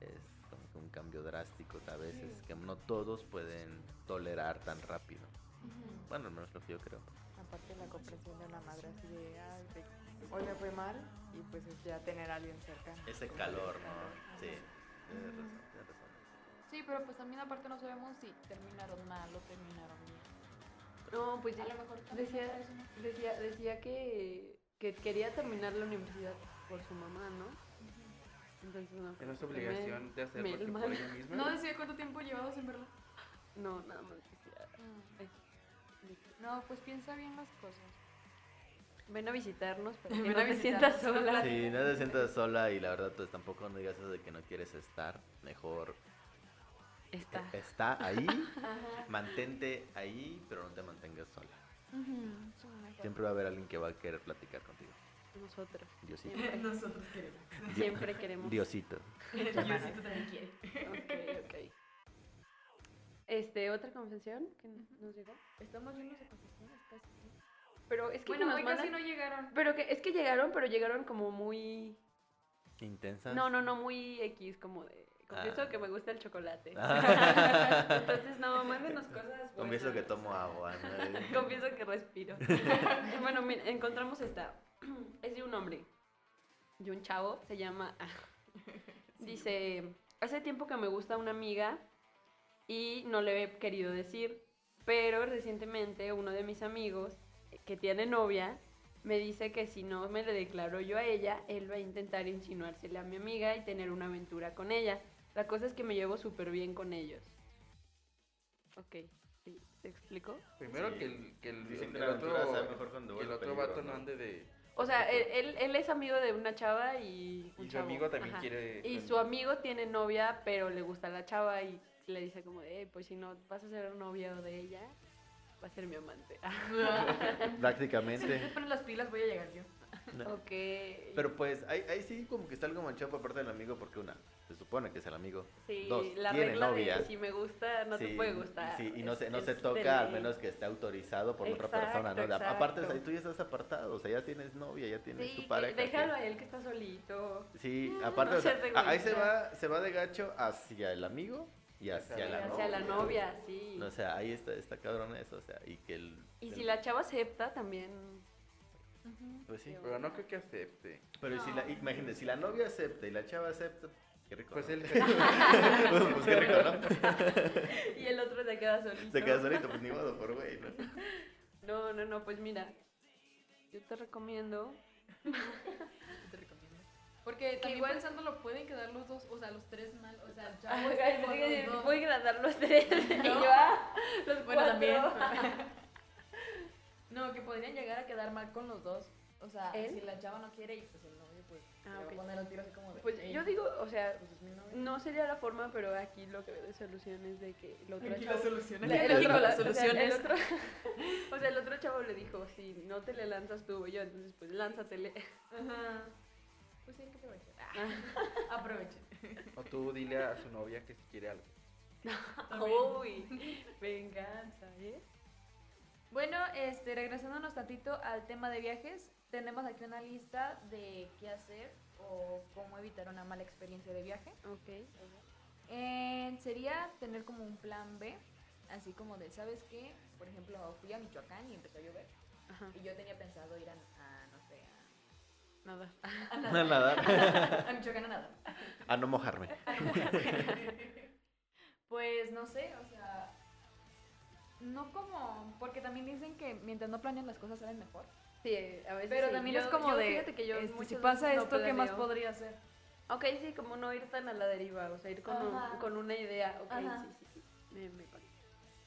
[SPEAKER 3] es como que un cambio drástico a veces, que no todos pueden tolerar tan rápido. Bueno, al menos lo que yo creo.
[SPEAKER 5] Aparte de la comprensión de una madre así de, "Ay, te- hoy me fue mal y pues es ya tener a alguien cerca.
[SPEAKER 3] Ese calor, ¿no? Sí, tienes razón, tienes razón.
[SPEAKER 1] Sí, pero pues también aparte no sabemos si terminaron mal o terminaron bien.
[SPEAKER 2] No, pues
[SPEAKER 1] A lo mejor también
[SPEAKER 2] decía,
[SPEAKER 1] por eso no.
[SPEAKER 2] decía, decía que, que quería terminar la universidad por su mamá, ¿no? Entonces, no. pues,
[SPEAKER 4] Es nuestra
[SPEAKER 2] me-
[SPEAKER 4] obligación de hacerlo
[SPEAKER 2] me
[SPEAKER 4] porque por
[SPEAKER 2] mal.
[SPEAKER 4] ella misma.
[SPEAKER 6] No decía cuánto tiempo llevaba sin verla.
[SPEAKER 2] No, nada más decía. ay, de que
[SPEAKER 1] Mm, No, pues piensa bien las cosas.
[SPEAKER 2] Ven a visitarnos para que
[SPEAKER 6] Ven
[SPEAKER 2] no
[SPEAKER 6] a
[SPEAKER 2] te
[SPEAKER 6] visitarnos.
[SPEAKER 2] sientas sola.
[SPEAKER 3] Sí, no te sientas sola y la verdad, pues tampoco no digas eso de que no quieres estar. Mejor
[SPEAKER 2] Está.
[SPEAKER 3] está ahí, mantente ahí, pero no te mantengas sola. Siempre va a haber alguien que va a querer platicar contigo.
[SPEAKER 2] Nosotros.
[SPEAKER 3] Diosito.
[SPEAKER 2] Siempre,
[SPEAKER 6] Nosotros queremos.
[SPEAKER 2] siempre queremos.
[SPEAKER 3] Diosito.
[SPEAKER 6] Diosito también quiere.
[SPEAKER 2] Ok, ok. Este, otra confesión que nos llegó.
[SPEAKER 1] Estamos llenos de confesiones casi. ¿no?
[SPEAKER 2] Pero es que
[SPEAKER 1] Bueno,
[SPEAKER 2] nos
[SPEAKER 1] hoy casi
[SPEAKER 2] mandan-
[SPEAKER 1] no llegaron.
[SPEAKER 2] Pero que es que llegaron, pero llegaron como muy
[SPEAKER 3] Intensa.
[SPEAKER 2] No, no, no, muy X, como de confieso
[SPEAKER 3] Ah.
[SPEAKER 2] que me gusta el chocolate.
[SPEAKER 3] Ah.
[SPEAKER 2] Entonces, no, mándenos cosas buenas.
[SPEAKER 3] Confieso que tomo agua. ¿no?
[SPEAKER 2] Confieso que respiro. bueno, mira, encontramos esta. Es de un hombre. De un chavo. Se llama. A. Dice. Hace tiempo que me gusta una amiga y no le he querido decir. Pero recientemente uno de mis amigos que tiene novia me dice que si no me le declaro yo a ella, él va a intentar insinuársele a mi amiga y tener una aventura con ella. La cosa es que me llevo súper bien con ellos. Ok, sí, ¿se explicó?
[SPEAKER 4] Primero
[SPEAKER 3] Sí.
[SPEAKER 4] que el, que el,
[SPEAKER 3] Dicen que
[SPEAKER 4] el
[SPEAKER 3] la
[SPEAKER 4] otro,
[SPEAKER 3] aventura sale mejor cuando
[SPEAKER 4] que el
[SPEAKER 3] huele
[SPEAKER 4] otro
[SPEAKER 3] peligro,
[SPEAKER 4] vato no
[SPEAKER 3] ¿no?
[SPEAKER 4] ande de...
[SPEAKER 2] O sea, él, él- él es amigo de una chava y. un
[SPEAKER 4] Y su
[SPEAKER 2] chavo.
[SPEAKER 4] amigo también
[SPEAKER 2] Ajá.
[SPEAKER 4] quiere...
[SPEAKER 2] Y su amigo tiene novia, pero le gusta la chava y le dice como de, "Eh, pues si no vas a ser novio de ella, va a ser mi amante.
[SPEAKER 6] Si no te
[SPEAKER 3] Prácticamente.
[SPEAKER 6] pones las pilas, voy a llegar yo.
[SPEAKER 3] No.
[SPEAKER 2] ok.
[SPEAKER 3] Pero pues ahí, ahí sí como que está algo manchado por parte del amigo porque una, se supone que es el amigo.
[SPEAKER 2] sí,
[SPEAKER 3] dos,
[SPEAKER 2] la
[SPEAKER 3] tiene
[SPEAKER 2] regla
[SPEAKER 3] novia.
[SPEAKER 2] de si me gusta, no te
[SPEAKER 3] Sí,
[SPEAKER 2] puede gustar.
[SPEAKER 3] Sí, y no
[SPEAKER 2] es-
[SPEAKER 3] se, no
[SPEAKER 2] es
[SPEAKER 3] se
[SPEAKER 2] de
[SPEAKER 3] toca al
[SPEAKER 2] ley.
[SPEAKER 3] menos que esté autorizado por otra
[SPEAKER 2] Exacto,
[SPEAKER 3] persona, ¿no?
[SPEAKER 2] exacto.
[SPEAKER 3] Aparte, o sea, tú ya estás apartado, o sea, ya tienes novia, ya tienes
[SPEAKER 2] Sí,
[SPEAKER 3] tu pareja.
[SPEAKER 2] que-
[SPEAKER 3] que-
[SPEAKER 2] déjalo a él que está solito.
[SPEAKER 3] Sí, aparte,
[SPEAKER 2] no
[SPEAKER 3] o sea,
[SPEAKER 2] seas
[SPEAKER 3] a- ahí se
[SPEAKER 2] egoísta.
[SPEAKER 3] va, se va de gacho hacia el amigo y hacia,
[SPEAKER 4] Hacia
[SPEAKER 3] la
[SPEAKER 2] hacia
[SPEAKER 3] novia.
[SPEAKER 2] la novia, sí.
[SPEAKER 3] O sea, ahí está, está cabrón eso, o sea, y que el...
[SPEAKER 2] y
[SPEAKER 3] el-
[SPEAKER 2] si la chava acepta también.
[SPEAKER 3] Pues sí,
[SPEAKER 4] Pero no creo que acepte.
[SPEAKER 3] pero si la, imagínate, si la novia acepta y la chava acepta, qué rico.
[SPEAKER 4] Pues
[SPEAKER 3] ¿no?
[SPEAKER 4] él...
[SPEAKER 3] pues qué rico, ¿no?
[SPEAKER 2] Y el otro se queda solito.
[SPEAKER 3] Se queda solito, pues ni modo, por güey, ¿no?
[SPEAKER 2] No, no, no, pues mira. Yo te recomiendo.
[SPEAKER 6] Yo te recomiendo. Porque también
[SPEAKER 2] igual-
[SPEAKER 6] pensándolo, pueden quedar los dos, o sea, los tres mal. O sea, ya
[SPEAKER 2] Ay,
[SPEAKER 6] voy
[SPEAKER 1] este,
[SPEAKER 2] ay,
[SPEAKER 6] con
[SPEAKER 2] sí,
[SPEAKER 6] los dos.
[SPEAKER 2] Voy a grabar los tres. Y
[SPEAKER 6] No.
[SPEAKER 2] yo, ah, los cuatro.
[SPEAKER 6] Bueno,
[SPEAKER 2] Ah,
[SPEAKER 6] también. no, que podrían llegar a quedar mal con los dos. O sea,
[SPEAKER 2] ¿Él?
[SPEAKER 6] Ah, si la chava no quiere y pues el novio, pues
[SPEAKER 2] Ah,
[SPEAKER 6] le va
[SPEAKER 2] ok.
[SPEAKER 6] a poner el tiro así como de.
[SPEAKER 2] Pues
[SPEAKER 6] "Ey,
[SPEAKER 2] yo digo, o sea,
[SPEAKER 6] pues es mi novio.
[SPEAKER 2] no sería la forma, pero aquí lo que veo de solución es de que el otro
[SPEAKER 6] Aquí
[SPEAKER 2] chavo.
[SPEAKER 6] la solución.
[SPEAKER 2] La-
[SPEAKER 6] aquí
[SPEAKER 2] el otro-
[SPEAKER 6] la
[SPEAKER 2] la- o sea,
[SPEAKER 6] solución
[SPEAKER 2] el
[SPEAKER 6] es-
[SPEAKER 2] otro- o sea, el otro chavo le dijo, si no te le lanzas tú o yo, entonces pues lánzatele.
[SPEAKER 6] Ajá. Pues sí, hay que aprovechar. Aproveche.
[SPEAKER 4] O tú dile a su novia que si quiere algo.
[SPEAKER 2] Uy, venganza, ¿eh?
[SPEAKER 1] Bueno, este, regresándonos tantito al tema de viajes, tenemos aquí una lista de qué hacer o cómo evitar una mala experiencia de viaje.
[SPEAKER 2] Ok.
[SPEAKER 1] Eh, sería tener como un plan B, así como de, ¿sabes qué? Por ejemplo, fui a Michoacán y empezó a llover.
[SPEAKER 2] Ajá.
[SPEAKER 1] Y yo tenía pensado ir a, a, Ah, no sé, a,
[SPEAKER 2] Nada.
[SPEAKER 1] a
[SPEAKER 3] A nadar.
[SPEAKER 1] a Michoacán a nadar.
[SPEAKER 3] A no mojarme.
[SPEAKER 1] Pues no sé, o sea, no como, porque también dicen que mientras no planean las cosas salen mejor.
[SPEAKER 2] Sí, a veces.
[SPEAKER 1] Pero
[SPEAKER 2] sí.
[SPEAKER 1] también
[SPEAKER 2] Yo-
[SPEAKER 1] es como
[SPEAKER 2] yo
[SPEAKER 1] de,
[SPEAKER 2] fíjate que yo
[SPEAKER 1] este,
[SPEAKER 2] muchas
[SPEAKER 1] si
[SPEAKER 2] veces
[SPEAKER 1] pasa
[SPEAKER 2] no
[SPEAKER 1] esto, ¿qué más
[SPEAKER 2] planeo.
[SPEAKER 1] podría ser?
[SPEAKER 2] Ok, sí, como no ir tan a la deriva, o sea, ir con, un-
[SPEAKER 1] Ajá.
[SPEAKER 2] con una idea. Ok,
[SPEAKER 1] Ajá.
[SPEAKER 2] sí, sí, sí. Me, me parece.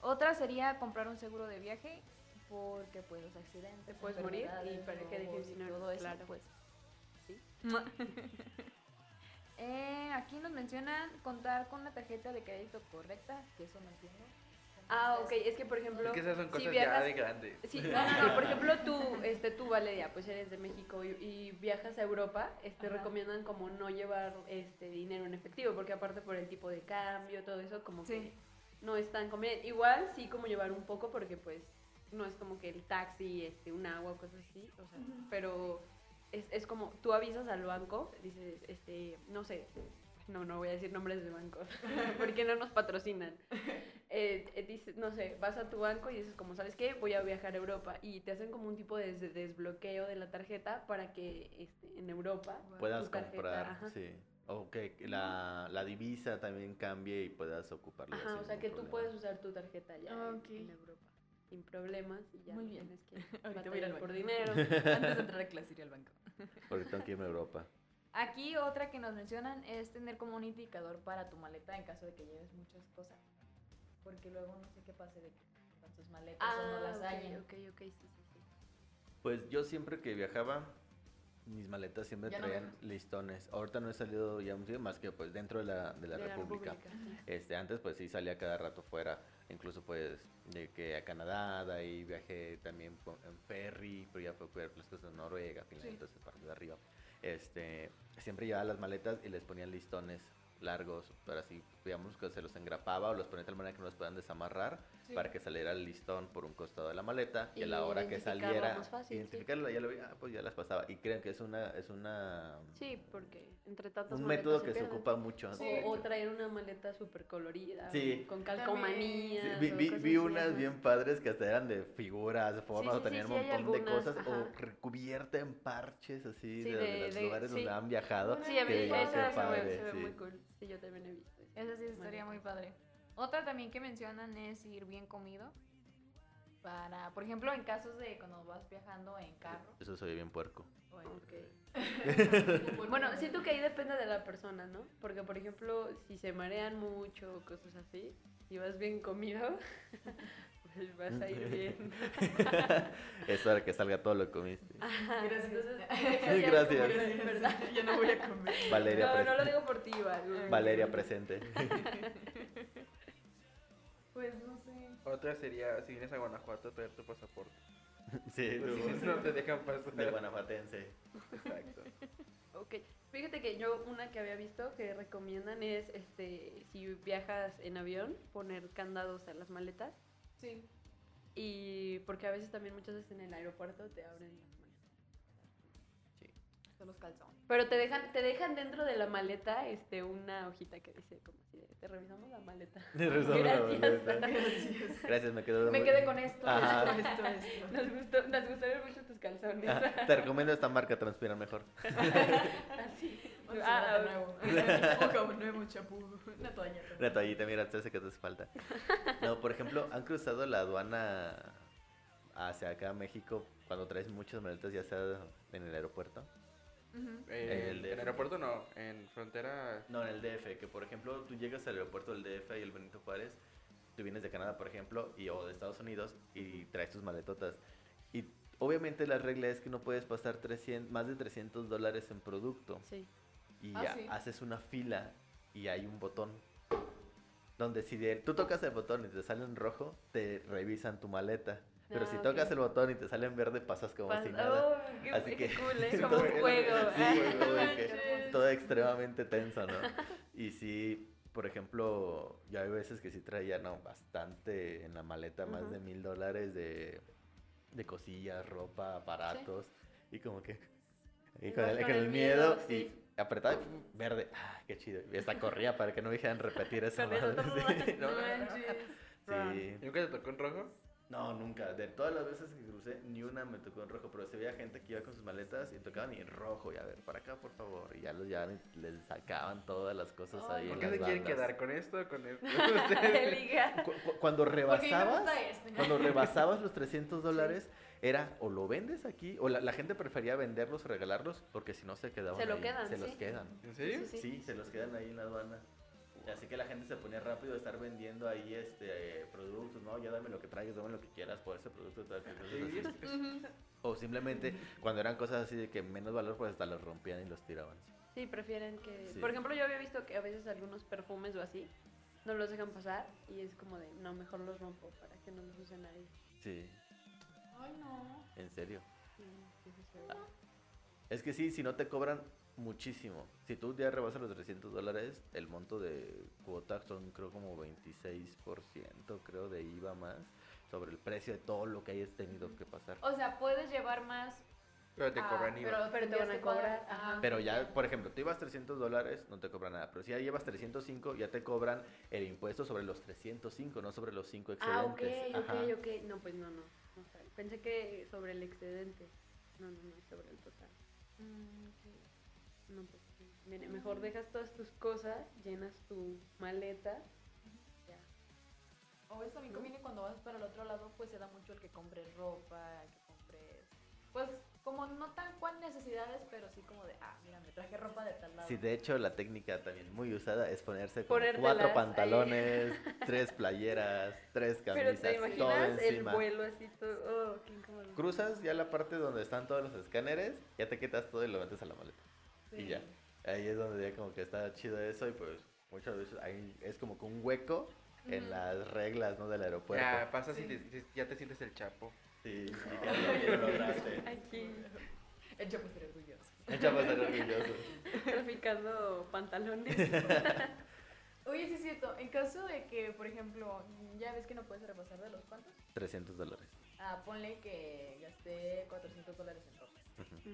[SPEAKER 1] Otra sería comprar un seguro de viaje porque pues los accidentes,
[SPEAKER 2] Te puedes morir y
[SPEAKER 1] enfermedades,
[SPEAKER 2] para que dejes
[SPEAKER 1] robos y
[SPEAKER 2] dinero,
[SPEAKER 1] todo eso,
[SPEAKER 2] claro.
[SPEAKER 1] pues.
[SPEAKER 2] Sí.
[SPEAKER 1] Eh, aquí nos mencionan contar con una tarjeta de crédito correcta, que eso no entiendo.
[SPEAKER 2] Ah, ok,
[SPEAKER 1] Entonces,
[SPEAKER 2] es que por ejemplo.
[SPEAKER 4] Es que esas son
[SPEAKER 2] si
[SPEAKER 4] cosas ya
[SPEAKER 2] viajas-
[SPEAKER 4] de grandes.
[SPEAKER 2] Sí, no, no, no, por ejemplo, tú, este, tú Valeria, pues eres de México y, y viajas a Europa, este,
[SPEAKER 1] Ajá.
[SPEAKER 2] recomiendan como no llevar este dinero en efectivo, porque aparte por el tipo de cambio, todo eso, como
[SPEAKER 1] Sí.
[SPEAKER 2] que no es tan conveniente. Igual sí como llevar un poco, porque pues no es como que el taxi, este, un agua, cosas así, o sea, pero es, es como, tú avisas al banco, dices, este, no sé, no, no voy a decir nombres de bancos, porque no nos patrocinan. Eh, eh, dices, no sé, vas a tu banco y dices, como, ¿sabes qué? Voy a viajar a Europa. Y te hacen como un tipo de des- desbloqueo de la tarjeta para que este, en Europa
[SPEAKER 3] Puedas
[SPEAKER 2] tu tarjeta,
[SPEAKER 3] comprar,
[SPEAKER 2] ajá.
[SPEAKER 3] sí. O que la, la divisa también cambie y puedas ocuparla.
[SPEAKER 2] Ajá,
[SPEAKER 3] sin
[SPEAKER 2] o sea
[SPEAKER 3] ningún
[SPEAKER 2] que tú
[SPEAKER 3] problema.
[SPEAKER 2] puedes usar tu tarjeta ya
[SPEAKER 6] Ah,
[SPEAKER 2] en-
[SPEAKER 6] ok.
[SPEAKER 2] en Europa sin problemas y ya
[SPEAKER 1] Muy
[SPEAKER 2] no
[SPEAKER 1] bien.
[SPEAKER 2] tienes que
[SPEAKER 6] Ahorita voy a ir al
[SPEAKER 2] batallar por
[SPEAKER 6] banco.
[SPEAKER 2] dinero.
[SPEAKER 6] Antes de entrar a clase, ir al banco.
[SPEAKER 3] Porque tengo que irme a Europa.
[SPEAKER 1] Aquí otra que nos mencionan es tener como un indicador para tu maleta en caso de que lleves muchas cosas. Porque luego no sé qué pase de que con tus maletas
[SPEAKER 6] Ah,
[SPEAKER 1] o no las
[SPEAKER 2] ok,
[SPEAKER 1] hallen.
[SPEAKER 2] ok, ok, sí, sí, sí.
[SPEAKER 3] Pues yo siempre que viajaba, mis maletas siempre
[SPEAKER 6] Ya no
[SPEAKER 3] traían listones. Ahorita no he salido ya mucho más que pues dentro de la, de la
[SPEAKER 2] De
[SPEAKER 3] República.
[SPEAKER 2] República, sí.
[SPEAKER 3] Este, antes pues sí salía cada rato fuera, incluso pues de que a Canadá, de ahí viajé también po- en ferry, pero ya fue por las cosas de Noruega, Finlandia,
[SPEAKER 6] Sí.
[SPEAKER 3] entonces parte de arriba. Este, siempre llevaba las maletas y les ponían listones largos, para así, digamos que se los engrapaba o los ponía de tal manera que no los puedan desamarrar
[SPEAKER 6] Sí.
[SPEAKER 3] para que saliera el listón por un costado de la maleta y a la
[SPEAKER 2] Y
[SPEAKER 3] hora que
[SPEAKER 2] identificarlo
[SPEAKER 3] saliera,
[SPEAKER 2] más fácil, sí.
[SPEAKER 3] identificarlo, ya lo vi, ah, pues ya las pasaba. Y creen que es una, es una,
[SPEAKER 2] Sí, porque entre tantas
[SPEAKER 3] un
[SPEAKER 2] maletas
[SPEAKER 3] método que se
[SPEAKER 2] pierden.
[SPEAKER 3] ocupa mucho.
[SPEAKER 2] O- O, traer una maleta súper colorida,
[SPEAKER 3] Sí.
[SPEAKER 2] con
[SPEAKER 3] Sí,
[SPEAKER 2] calcomanías.
[SPEAKER 3] vi,
[SPEAKER 2] o
[SPEAKER 3] vi-
[SPEAKER 2] cosas
[SPEAKER 3] vi
[SPEAKER 2] así,
[SPEAKER 3] unas
[SPEAKER 2] ajá.
[SPEAKER 3] bien padres que hasta eran de figuras, formas, o
[SPEAKER 2] sí, sí,
[SPEAKER 3] tenían
[SPEAKER 2] sí,
[SPEAKER 3] un
[SPEAKER 2] hay
[SPEAKER 3] montón de
[SPEAKER 2] algunas,
[SPEAKER 3] cosas, o
[SPEAKER 2] ajá.
[SPEAKER 3] re- cubierta en parches así
[SPEAKER 2] Sí,
[SPEAKER 3] de, de
[SPEAKER 2] de-
[SPEAKER 3] los
[SPEAKER 2] de-
[SPEAKER 3] lugares donde
[SPEAKER 2] sí.
[SPEAKER 3] han viajado.
[SPEAKER 2] Sí, a
[SPEAKER 3] que
[SPEAKER 2] mí
[SPEAKER 3] digo,
[SPEAKER 2] esa
[SPEAKER 3] qué
[SPEAKER 2] se ve-
[SPEAKER 3] padre,
[SPEAKER 2] se ve
[SPEAKER 3] sí.
[SPEAKER 2] muy cool. Sí, yo también he visto. esa.
[SPEAKER 1] Esa sí estaría muy padre. Otra también que mencionan es ir bien comido. Para, por ejemplo, en casos de cuando vas viajando en carro.
[SPEAKER 3] Eso soy bien puerco.
[SPEAKER 1] o en-
[SPEAKER 2] Ok. Bueno, siento que ahí depende de la persona, ¿no? Porque, por ejemplo, si se marean mucho o cosas así, si vas bien comido, pues vas a ir bien.
[SPEAKER 3] es hora que salga todo lo que comiste.
[SPEAKER 2] Ajá,
[SPEAKER 6] Gracias.
[SPEAKER 2] entonces, eso
[SPEAKER 3] Sí,
[SPEAKER 2] ya es como
[SPEAKER 3] gracias.
[SPEAKER 2] de verdad.
[SPEAKER 6] Ya no voy a comer.
[SPEAKER 3] Valeria,
[SPEAKER 2] No,
[SPEAKER 3] pres-
[SPEAKER 2] no lo digo por ti, Val.
[SPEAKER 3] Valeria presente.
[SPEAKER 6] Pues no sé.
[SPEAKER 4] Otra sería, si vienes a Guanajuato, traer tu pasaporte.
[SPEAKER 3] sí,
[SPEAKER 4] Porque
[SPEAKER 3] tú-
[SPEAKER 4] si no, no te dejan pasar.
[SPEAKER 3] de guanajuatense.
[SPEAKER 4] Exacto.
[SPEAKER 2] Ok, fíjate que yo una que había visto que recomiendan es, este, si viajas en avión, poner candados a las maletas
[SPEAKER 6] Sí.
[SPEAKER 2] y porque a veces también muchas veces en el aeropuerto te abren las maletas.
[SPEAKER 1] Son los calzones.
[SPEAKER 2] Pero te dejan, te dejan dentro de la maleta, este, una hojita que dice como así, de, te revisamos la maleta. Gracias.
[SPEAKER 6] Gracias.
[SPEAKER 3] Gracias, me quedo
[SPEAKER 1] Me
[SPEAKER 3] muy-
[SPEAKER 1] quedé con esto.
[SPEAKER 3] Ajá.
[SPEAKER 6] Esto, esto, esto.
[SPEAKER 2] Nos, gustó, nos gustaron mucho tus calzones.
[SPEAKER 3] Ajá, Ah, Te recomiendo esta marca Transpira Mejor.
[SPEAKER 2] Así.
[SPEAKER 6] Vamos a
[SPEAKER 2] Ah,
[SPEAKER 6] hablar de nuevo. Un jabón nuevo, un champú, una toalla.
[SPEAKER 3] Una toallita, mira, te hace que te hace falta. No, por ejemplo, han cruzado la aduana hacia acá a México cuando traes muchas maletas, ya sea en el aeropuerto.
[SPEAKER 1] Ujú.
[SPEAKER 4] Eh,
[SPEAKER 3] El
[SPEAKER 4] en
[SPEAKER 3] de-
[SPEAKER 4] el aeropuerto no, en frontera.
[SPEAKER 3] No, en el DF, que por ejemplo tú llegas al aeropuerto del DF y el Benito Juárez, tú vienes de Canadá, por ejemplo, y, o de Estados Unidos y traes tus maletotas. Y obviamente la regla es que no puedes pasar 300, más de 300 dólares en producto.
[SPEAKER 2] Sí.
[SPEAKER 3] y
[SPEAKER 6] Ah,
[SPEAKER 3] ha-
[SPEAKER 6] sí.
[SPEAKER 3] haces una fila y hay un botón donde si de- tú tocas el botón y te sale en rojo, te revisan tu maleta. Pero
[SPEAKER 2] Ah,
[SPEAKER 3] si
[SPEAKER 2] ok.
[SPEAKER 3] tocas el botón y te sale en verde, pasas como
[SPEAKER 2] Pas-
[SPEAKER 3] si nada.
[SPEAKER 2] Oh, qué,
[SPEAKER 3] Así
[SPEAKER 2] qué
[SPEAKER 3] que-
[SPEAKER 2] cool, ¿eh?
[SPEAKER 3] Sí,
[SPEAKER 2] Como un
[SPEAKER 3] todo-
[SPEAKER 2] juego.
[SPEAKER 3] Sí,
[SPEAKER 2] Ah,
[SPEAKER 3] güey,
[SPEAKER 2] no
[SPEAKER 3] güey, que
[SPEAKER 2] manches.
[SPEAKER 3] Todo extremadamente tenso, ¿no? Y sí, por ejemplo, yo hay veces que sí traía, no, bastante en la maleta, más
[SPEAKER 2] Ujú.
[SPEAKER 3] de mil dólares de, de cosillas, ropa, aparatos. Y como que. Y
[SPEAKER 2] Y
[SPEAKER 3] con
[SPEAKER 2] vas
[SPEAKER 3] el,
[SPEAKER 2] con
[SPEAKER 3] con
[SPEAKER 2] el
[SPEAKER 3] el miedo,
[SPEAKER 2] miedo, sí.
[SPEAKER 3] y apretaba, y ¡pum! verde. Ah, qué chido. Y hasta corría para que no me dijeran repetir esa
[SPEAKER 2] Con el
[SPEAKER 3] madre.
[SPEAKER 2] otro
[SPEAKER 3] Sí,
[SPEAKER 2] No
[SPEAKER 3] no,
[SPEAKER 2] manches.
[SPEAKER 3] sí.
[SPEAKER 4] ¿Nunca te tocó en rojo?
[SPEAKER 3] No, nunca. De todas las veces que crucé, ni una me tocó en rojo. Pero se veía gente que iba con sus maletas y tocaban y en rojo. Y a ver, para acá, por favor. Y ya los llevaban y les sacaban todas las cosas ahí.
[SPEAKER 6] Ay,
[SPEAKER 4] ¿Por
[SPEAKER 3] en
[SPEAKER 4] qué
[SPEAKER 3] las
[SPEAKER 4] se quieren
[SPEAKER 3] bandas.
[SPEAKER 4] quedar con esto? Con esto.
[SPEAKER 2] Liga.
[SPEAKER 3] Cu- cu- cuando
[SPEAKER 6] Porque a mí me
[SPEAKER 3] rebasabas,
[SPEAKER 6] gusta esto.
[SPEAKER 3] cuando rebasabas los 300 dólares, era o lo vendes aquí, o la, la gente prefería venderlos o regalarlos, porque si no se quedaban
[SPEAKER 2] Se lo
[SPEAKER 3] ahí,
[SPEAKER 2] quedan,
[SPEAKER 3] se
[SPEAKER 2] sí.
[SPEAKER 3] los quedan.
[SPEAKER 4] ¿En serio?
[SPEAKER 2] Sí.
[SPEAKER 3] Sí, se los quedan ahí en la aduana. Y Así que la gente se ponía rápido a estar vendiendo ahí este eh, productos, ¿no? Ya dame lo que traigas, dame lo que quieras por ese producto. tal, tal, cosas así.
[SPEAKER 2] Ujú.
[SPEAKER 3] O simplemente cuando eran cosas así de que menos valor, pues hasta los rompían y los tiraban.
[SPEAKER 2] Sí, prefieren que...
[SPEAKER 3] Sí.
[SPEAKER 2] Por ejemplo, yo había visto que a veces algunos perfumes o así no los dejan pasar y es como de, no, mejor los rompo para que no los use nadie.
[SPEAKER 3] Sí,
[SPEAKER 6] Ay, no.
[SPEAKER 3] en serio.
[SPEAKER 2] Sí, sí, sí, sí.
[SPEAKER 3] Es que sí, si no te cobran muchísimo. Si tú ya rebasas los 300 dólares, el monto de cuota son creo como 26%, creo, de IVA más, sobre el precio de todo lo que hayas tenido que pasar.
[SPEAKER 1] O sea, puedes llevar más.
[SPEAKER 4] Pero te
[SPEAKER 1] ah,
[SPEAKER 4] cobran IVA.
[SPEAKER 1] pero,
[SPEAKER 2] Pero te
[SPEAKER 1] tendrías
[SPEAKER 2] van a
[SPEAKER 1] que pagar.
[SPEAKER 2] cobrar,
[SPEAKER 1] Ah,
[SPEAKER 2] ajá.
[SPEAKER 3] Pero ya, por ejemplo, tú ibas 300 dólares, no te cobran nada. Pero si ya llevas 305, ya te cobran el impuesto sobre los 305, no sobre los 5
[SPEAKER 2] Ah,
[SPEAKER 3] excedentes.
[SPEAKER 2] ok,
[SPEAKER 3] Ajá.
[SPEAKER 2] ok, ok. No, pues no, no. no está bien. Pensé que sobre el excedente. No, no, no, sobre el total.
[SPEAKER 1] mm, ok. Mm.
[SPEAKER 2] No, pues sí. Mira, mejor dejas todas tus cosas, llenas tu maleta. Ya.
[SPEAKER 1] O eso también
[SPEAKER 2] ¿No?
[SPEAKER 1] conviene cuando vas para el otro lado, pues se da mucho el que compres ropa, el que compres. Pues como no tan cual necesidades, pero sí como de, ah, mira, me traje ropa de tal lado.
[SPEAKER 3] Sí, de hecho, la técnica también muy usada es ponerse como
[SPEAKER 2] Ponértelas
[SPEAKER 3] cuatro
[SPEAKER 2] ahí.
[SPEAKER 3] pantalones, tres playeras, tres
[SPEAKER 2] Pero
[SPEAKER 3] camisas,
[SPEAKER 2] te
[SPEAKER 3] todo
[SPEAKER 2] imaginas el
[SPEAKER 3] encima.
[SPEAKER 2] vuelo así todo. Oh, qué incómodo.
[SPEAKER 3] Cruzas ya la parte donde están todos los escáneres, ya te quitas todo y lo metes a la maleta. Y ya. Ahí es donde ya como que está chido eso y pues muchas veces ahí es como que un hueco en las reglas, ¿no? Del aeropuerto.
[SPEAKER 4] Ya, pasa si
[SPEAKER 6] Sí.
[SPEAKER 4] te- si ya te sientes el chapo.
[SPEAKER 3] Sí, y ya lo- ya lo lograste.
[SPEAKER 2] Aquí,
[SPEAKER 6] El chapo estaría orgulloso.
[SPEAKER 3] Ya va a ser orgulloso.
[SPEAKER 2] traficando pantalones.
[SPEAKER 1] Oye, sí es cierto, en caso de que, por ejemplo, ya ves que no puedes repasar de los cuantos,
[SPEAKER 3] 300 dólares.
[SPEAKER 1] ah, ponle que gasté 400 dólares en ropa.
[SPEAKER 2] Ujú.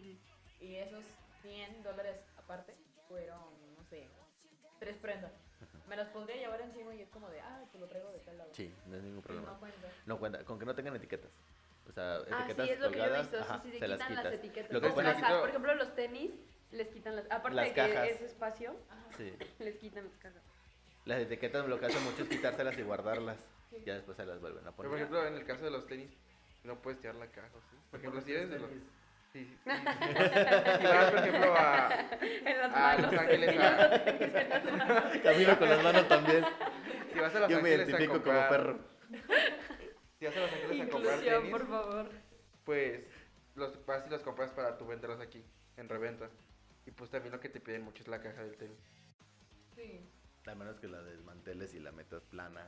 [SPEAKER 1] Y esos 100 dólares aparte fueron, no sé, tres prendas. Me las podría llevar encima y es como de, ah, te lo traigo de tal lado.
[SPEAKER 3] Sí, no es ningún
[SPEAKER 1] Y no
[SPEAKER 3] problema.
[SPEAKER 1] cuenta.
[SPEAKER 3] No cuenta, con que no tengan etiquetas. O sea,
[SPEAKER 2] Ah,
[SPEAKER 3] etiquetas
[SPEAKER 2] sí, es lo que yo he
[SPEAKER 3] colgadas,
[SPEAKER 2] visto.
[SPEAKER 3] ajá,
[SPEAKER 2] sí, sí, se
[SPEAKER 3] se las
[SPEAKER 2] quitan las,
[SPEAKER 3] quitas.
[SPEAKER 2] etiquetas.
[SPEAKER 3] Lo que
[SPEAKER 2] O
[SPEAKER 4] pone
[SPEAKER 2] las-
[SPEAKER 4] aquí todo-
[SPEAKER 2] por ejemplo, los tenis les quitan las. Aparte
[SPEAKER 3] Las
[SPEAKER 2] de que
[SPEAKER 3] cajas.
[SPEAKER 2] es espacio,
[SPEAKER 3] Sí.
[SPEAKER 2] les quitan las cajas.
[SPEAKER 3] Las etiquetas lo que hacen mucho es quitárselas y guardarlas. Ya después se las vuelven a poner.
[SPEAKER 4] Pero, por ejemplo, en el caso de los tenis, no puedes tirar la caja, ¿o ¿sí? Por ejemplo, si eres de los... Sí, sí, sí. Si vas, por ejemplo, a...
[SPEAKER 2] En las
[SPEAKER 4] Ah,
[SPEAKER 2] manos.
[SPEAKER 4] Los Ángeles,
[SPEAKER 2] en los
[SPEAKER 4] ah.
[SPEAKER 2] tenis, en las manos.
[SPEAKER 3] Camino con las manos también.
[SPEAKER 4] Si vas a Los
[SPEAKER 3] Yo me
[SPEAKER 4] Ángeles a
[SPEAKER 3] identifico como
[SPEAKER 4] comprar...
[SPEAKER 3] perro.
[SPEAKER 4] Si vas a Los Ángeles a comprar
[SPEAKER 2] Inclusión,
[SPEAKER 4] tenis,
[SPEAKER 2] por favor.
[SPEAKER 4] pues los vas y los compras para tú venderlos aquí, en reventa. Y pues también lo que te piden mucho es la caja del tenis.
[SPEAKER 6] Sí.
[SPEAKER 3] A menos que la desmanteles y la metas plana,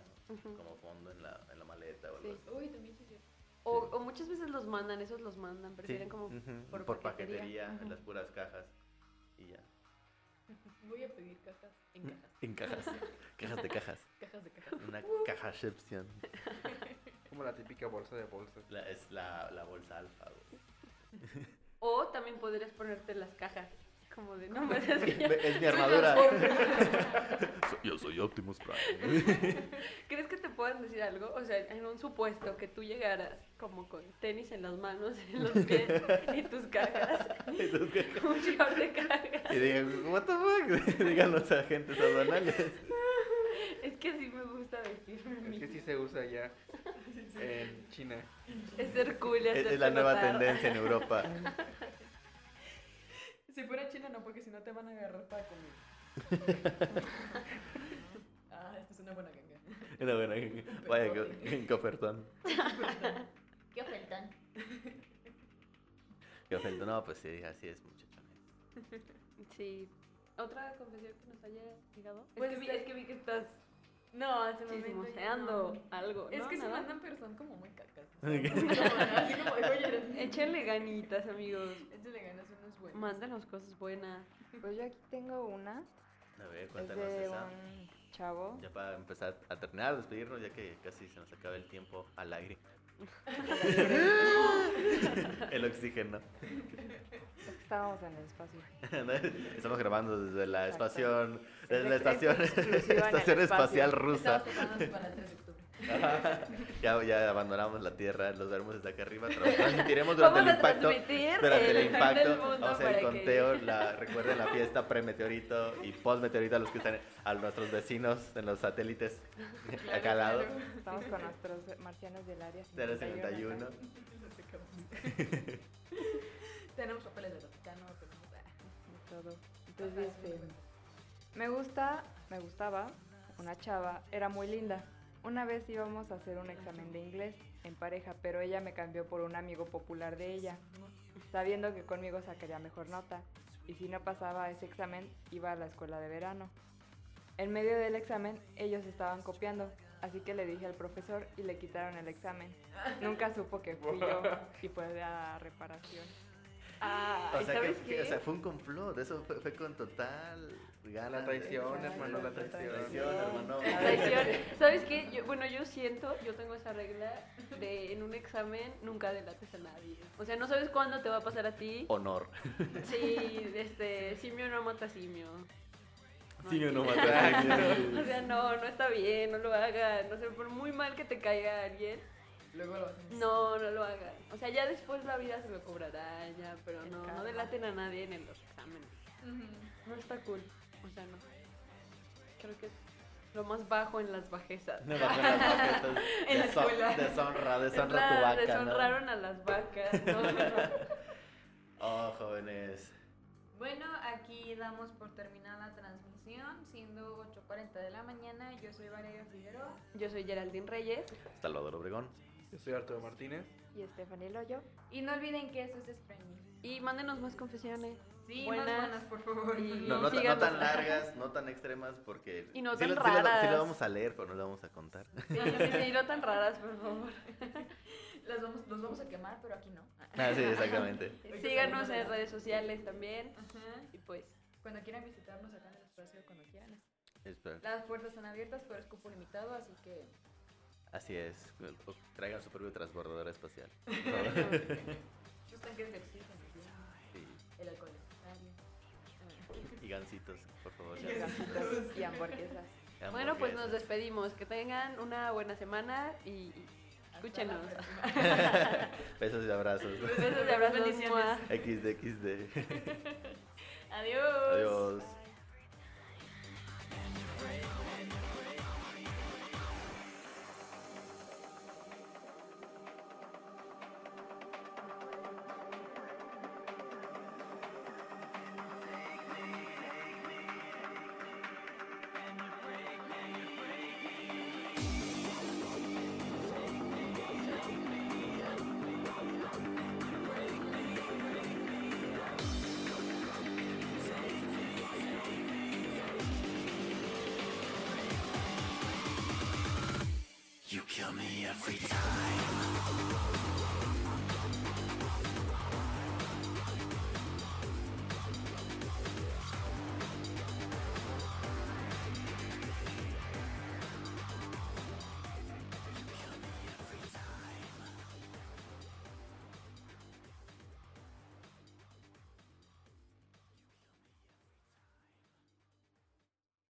[SPEAKER 3] como fondo en la, en la maleta o algo
[SPEAKER 2] Sí.
[SPEAKER 3] así.
[SPEAKER 6] Uy, también sí es cierto.
[SPEAKER 2] O,
[SPEAKER 3] Sí.
[SPEAKER 2] o muchas veces los mandan, esos los mandan. Prefieren
[SPEAKER 3] Sí,
[SPEAKER 2] como.
[SPEAKER 3] ujú,
[SPEAKER 2] por paquetería,
[SPEAKER 3] paquetería, en
[SPEAKER 2] ujú.
[SPEAKER 3] las puras cajas. Y ya.
[SPEAKER 6] Voy a pedir cajas en cajas.
[SPEAKER 3] En cajas. cajas de cajas.
[SPEAKER 6] Cajas de cajas.
[SPEAKER 3] Una caja excepción.
[SPEAKER 4] Como la típica bolsa de bolsas.
[SPEAKER 3] La- es la, la bolsa alfa, güey.
[SPEAKER 2] O también podrías ponerte las cajas. Como de no me das que ya-
[SPEAKER 3] Es mi
[SPEAKER 2] soy
[SPEAKER 3] armadura.
[SPEAKER 2] Transformer.
[SPEAKER 3] Yo soy Optimus Prime.
[SPEAKER 2] ¿Crees que te puedan decir algo? O sea, en un supuesto que tú llegaras como con tenis en las manos, en los pies y tus cajas, un short de cajas.
[SPEAKER 3] y digan, ¿What the fuck? Digan los agentes aduanales.
[SPEAKER 2] Es que así me gusta vestirme.
[SPEAKER 4] Es que sí se usa ya en China.
[SPEAKER 2] Es ser cool y
[SPEAKER 3] Es, es
[SPEAKER 2] hacerse
[SPEAKER 3] la nueva
[SPEAKER 2] notar.
[SPEAKER 3] tendencia en Europa.
[SPEAKER 6] Si fuera china, no, porque si no te van a agarrar para comer. ah, esta es una buena ganga.
[SPEAKER 3] Una buena- vaya, que- que ofertón.
[SPEAKER 1] ¿Qué ofertan?
[SPEAKER 3] Que ofertón. No, pues sí, así es, muchachones.
[SPEAKER 2] Sí. ¿Otra confesión que nos haya llegado?
[SPEAKER 1] Pues
[SPEAKER 2] es, que vi,
[SPEAKER 1] este-
[SPEAKER 2] es que vi que estás
[SPEAKER 1] No, hace
[SPEAKER 2] chismoseando algo.
[SPEAKER 6] Es
[SPEAKER 2] ¿no?
[SPEAKER 6] que se
[SPEAKER 2] ¿Nada?
[SPEAKER 6] mandan personas como muy cacas. Así como de, oye, eres mi-
[SPEAKER 2] Échenle ganitas, amigos.
[SPEAKER 6] Échale ganas unos buenos.
[SPEAKER 2] Mándanos cosas buenas.
[SPEAKER 5] Pues yo aquí tengo una.
[SPEAKER 3] A ver,
[SPEAKER 5] Es
[SPEAKER 3] cuéntanos
[SPEAKER 5] de
[SPEAKER 3] esa.
[SPEAKER 5] un chavo.
[SPEAKER 3] Ya para empezar a terminar, despedirnos, ya que casi se nos acaba el tiempo al aire. el oxígeno.
[SPEAKER 5] Es que estábamos en el espacio.
[SPEAKER 3] Estamos grabando desde la
[SPEAKER 5] Exacto.
[SPEAKER 3] estación,
[SPEAKER 5] Es
[SPEAKER 3] desde la
[SPEAKER 5] ex-
[SPEAKER 3] estación,
[SPEAKER 5] exclusiva en el
[SPEAKER 3] estación espacial
[SPEAKER 5] espacio.
[SPEAKER 3] rusa.
[SPEAKER 6] Estamos preparándonos para el 3 de octubre.
[SPEAKER 3] ya, ya abandonamos la tierra, los vermos desde acá arriba, tra- transmitiremos durante el impacto.
[SPEAKER 2] transmitir
[SPEAKER 3] Durante el
[SPEAKER 2] fin del
[SPEAKER 3] impacto,
[SPEAKER 2] mundo
[SPEAKER 3] vamos a hacer el
[SPEAKER 2] para que-
[SPEAKER 3] conteo, la, recuerden la fiesta premeteorito y postmeteorito a los que están, a nuestros vecinos en los satélites acá al lado,
[SPEAKER 1] Estamos con nuestros marcianos del área
[SPEAKER 3] del 71.
[SPEAKER 7] Tenemos papeles de Vaticano, tenemos.
[SPEAKER 6] ah,
[SPEAKER 1] y todo.
[SPEAKER 6] Pues
[SPEAKER 1] Entonces, este, me gusta, me gustaba una chava, era muy linda. Una vez íbamos a hacer un examen de inglés en pareja, pero ella me cambió por un amigo popular de ella, sabiendo que conmigo sacaría mejor nota. Y si no pasaba ese examen, iba a la escuela de verano. En medio del examen, ellos estaban copiando, así que le dije al profesor y le quitaron el examen. Nunca supo que fui yo y fue a reparación.
[SPEAKER 2] Ah,
[SPEAKER 3] O sea, que,
[SPEAKER 2] ¿sabes
[SPEAKER 3] que-
[SPEAKER 2] qué?
[SPEAKER 3] o sea, fue un complot, eso fue, fue con total ganas.
[SPEAKER 4] La traición, hermano, la traición.
[SPEAKER 3] Traición, hermano.
[SPEAKER 2] Traición. ¿Sabes qué? Yo- bueno, yo siento, yo tengo esa regla de en un examen nunca delates a nadie. O sea, no sabes cuándo te va a pasar a ti.
[SPEAKER 3] Honor.
[SPEAKER 2] Sí, este, simio no mata simio.
[SPEAKER 3] Sí o no, Matracillo.
[SPEAKER 2] O sea, no, no está bien, no lo hagan. No sé, por muy mal que te caiga alguien,
[SPEAKER 7] Luego lo hacen.
[SPEAKER 2] no, no lo hagan. O sea, ya después la vida se lo cobrará, ya, pero
[SPEAKER 1] El
[SPEAKER 2] no, no
[SPEAKER 1] karma.
[SPEAKER 2] delaten a nadie en los exámenes. No está cool. O sea, no. Creo que es lo más bajo en las bajezas.
[SPEAKER 3] No, bajo las baquetas.
[SPEAKER 2] En la
[SPEAKER 3] Deshon-
[SPEAKER 2] escuela.
[SPEAKER 3] Deshonra, deshonra tu
[SPEAKER 2] Ra-
[SPEAKER 3] vaca. ¿no?
[SPEAKER 2] Deshonraron a las vacas. No, no, no.
[SPEAKER 3] Oh, jóvenes.
[SPEAKER 6] Bueno, aquí damos por terminada la transmisión, siendo 8.40 de la mañana. Yo soy Valeria Figueroa.
[SPEAKER 2] Yo soy Geraldine Reyes.
[SPEAKER 3] Salvador Obregón.
[SPEAKER 4] Yo soy Arturo Martínez.
[SPEAKER 1] Y Estefanía Loyo.
[SPEAKER 6] Y no olviden que esto es Stranger.
[SPEAKER 2] Y mándenos más confesiones.
[SPEAKER 6] Sí,
[SPEAKER 2] Buenas.
[SPEAKER 6] más buenas, por favor.
[SPEAKER 2] Y
[SPEAKER 3] No, no, tan- no
[SPEAKER 2] síganos.
[SPEAKER 3] tan largas, no tan extremas, porque.
[SPEAKER 2] Y no
[SPEAKER 3] sí
[SPEAKER 2] tan
[SPEAKER 3] lo- sí lo- Sí,
[SPEAKER 2] raras.
[SPEAKER 3] lo vamos a leer, pero no lo vamos a contar.
[SPEAKER 2] Sí, sí, sí, no tan raras, por favor.
[SPEAKER 6] Las vamos, los vamos a quemar, pero aquí no.
[SPEAKER 3] Ah, sí, exactamente.
[SPEAKER 2] Síganos en redes sociales también.
[SPEAKER 6] Ajá.
[SPEAKER 2] Y pues,
[SPEAKER 6] Cuando quieran visitarnos acá en el espacio, cuando quieran.
[SPEAKER 3] Espera.
[SPEAKER 6] Las puertas están abiertas, pero es cupo limitado, así que
[SPEAKER 3] Así es. Traigan su propio transbordador espacial.
[SPEAKER 6] los tanques de oxígeno,
[SPEAKER 3] Sí.
[SPEAKER 6] el alcohol necesario.
[SPEAKER 3] Y gancitos, por favor. ya.
[SPEAKER 1] Gancitos y hamburguesas.
[SPEAKER 2] bueno, pues nos
[SPEAKER 3] Hamburguesas.
[SPEAKER 2] despedimos. Que tengan una buena semana y y escúchenos.
[SPEAKER 3] Besos y abrazos.
[SPEAKER 2] Besos y abrazos.
[SPEAKER 6] Bendiciones.
[SPEAKER 2] mua.
[SPEAKER 3] XD, XD.
[SPEAKER 6] Adiós.
[SPEAKER 3] Adiós.
[SPEAKER 8] You kill me every time.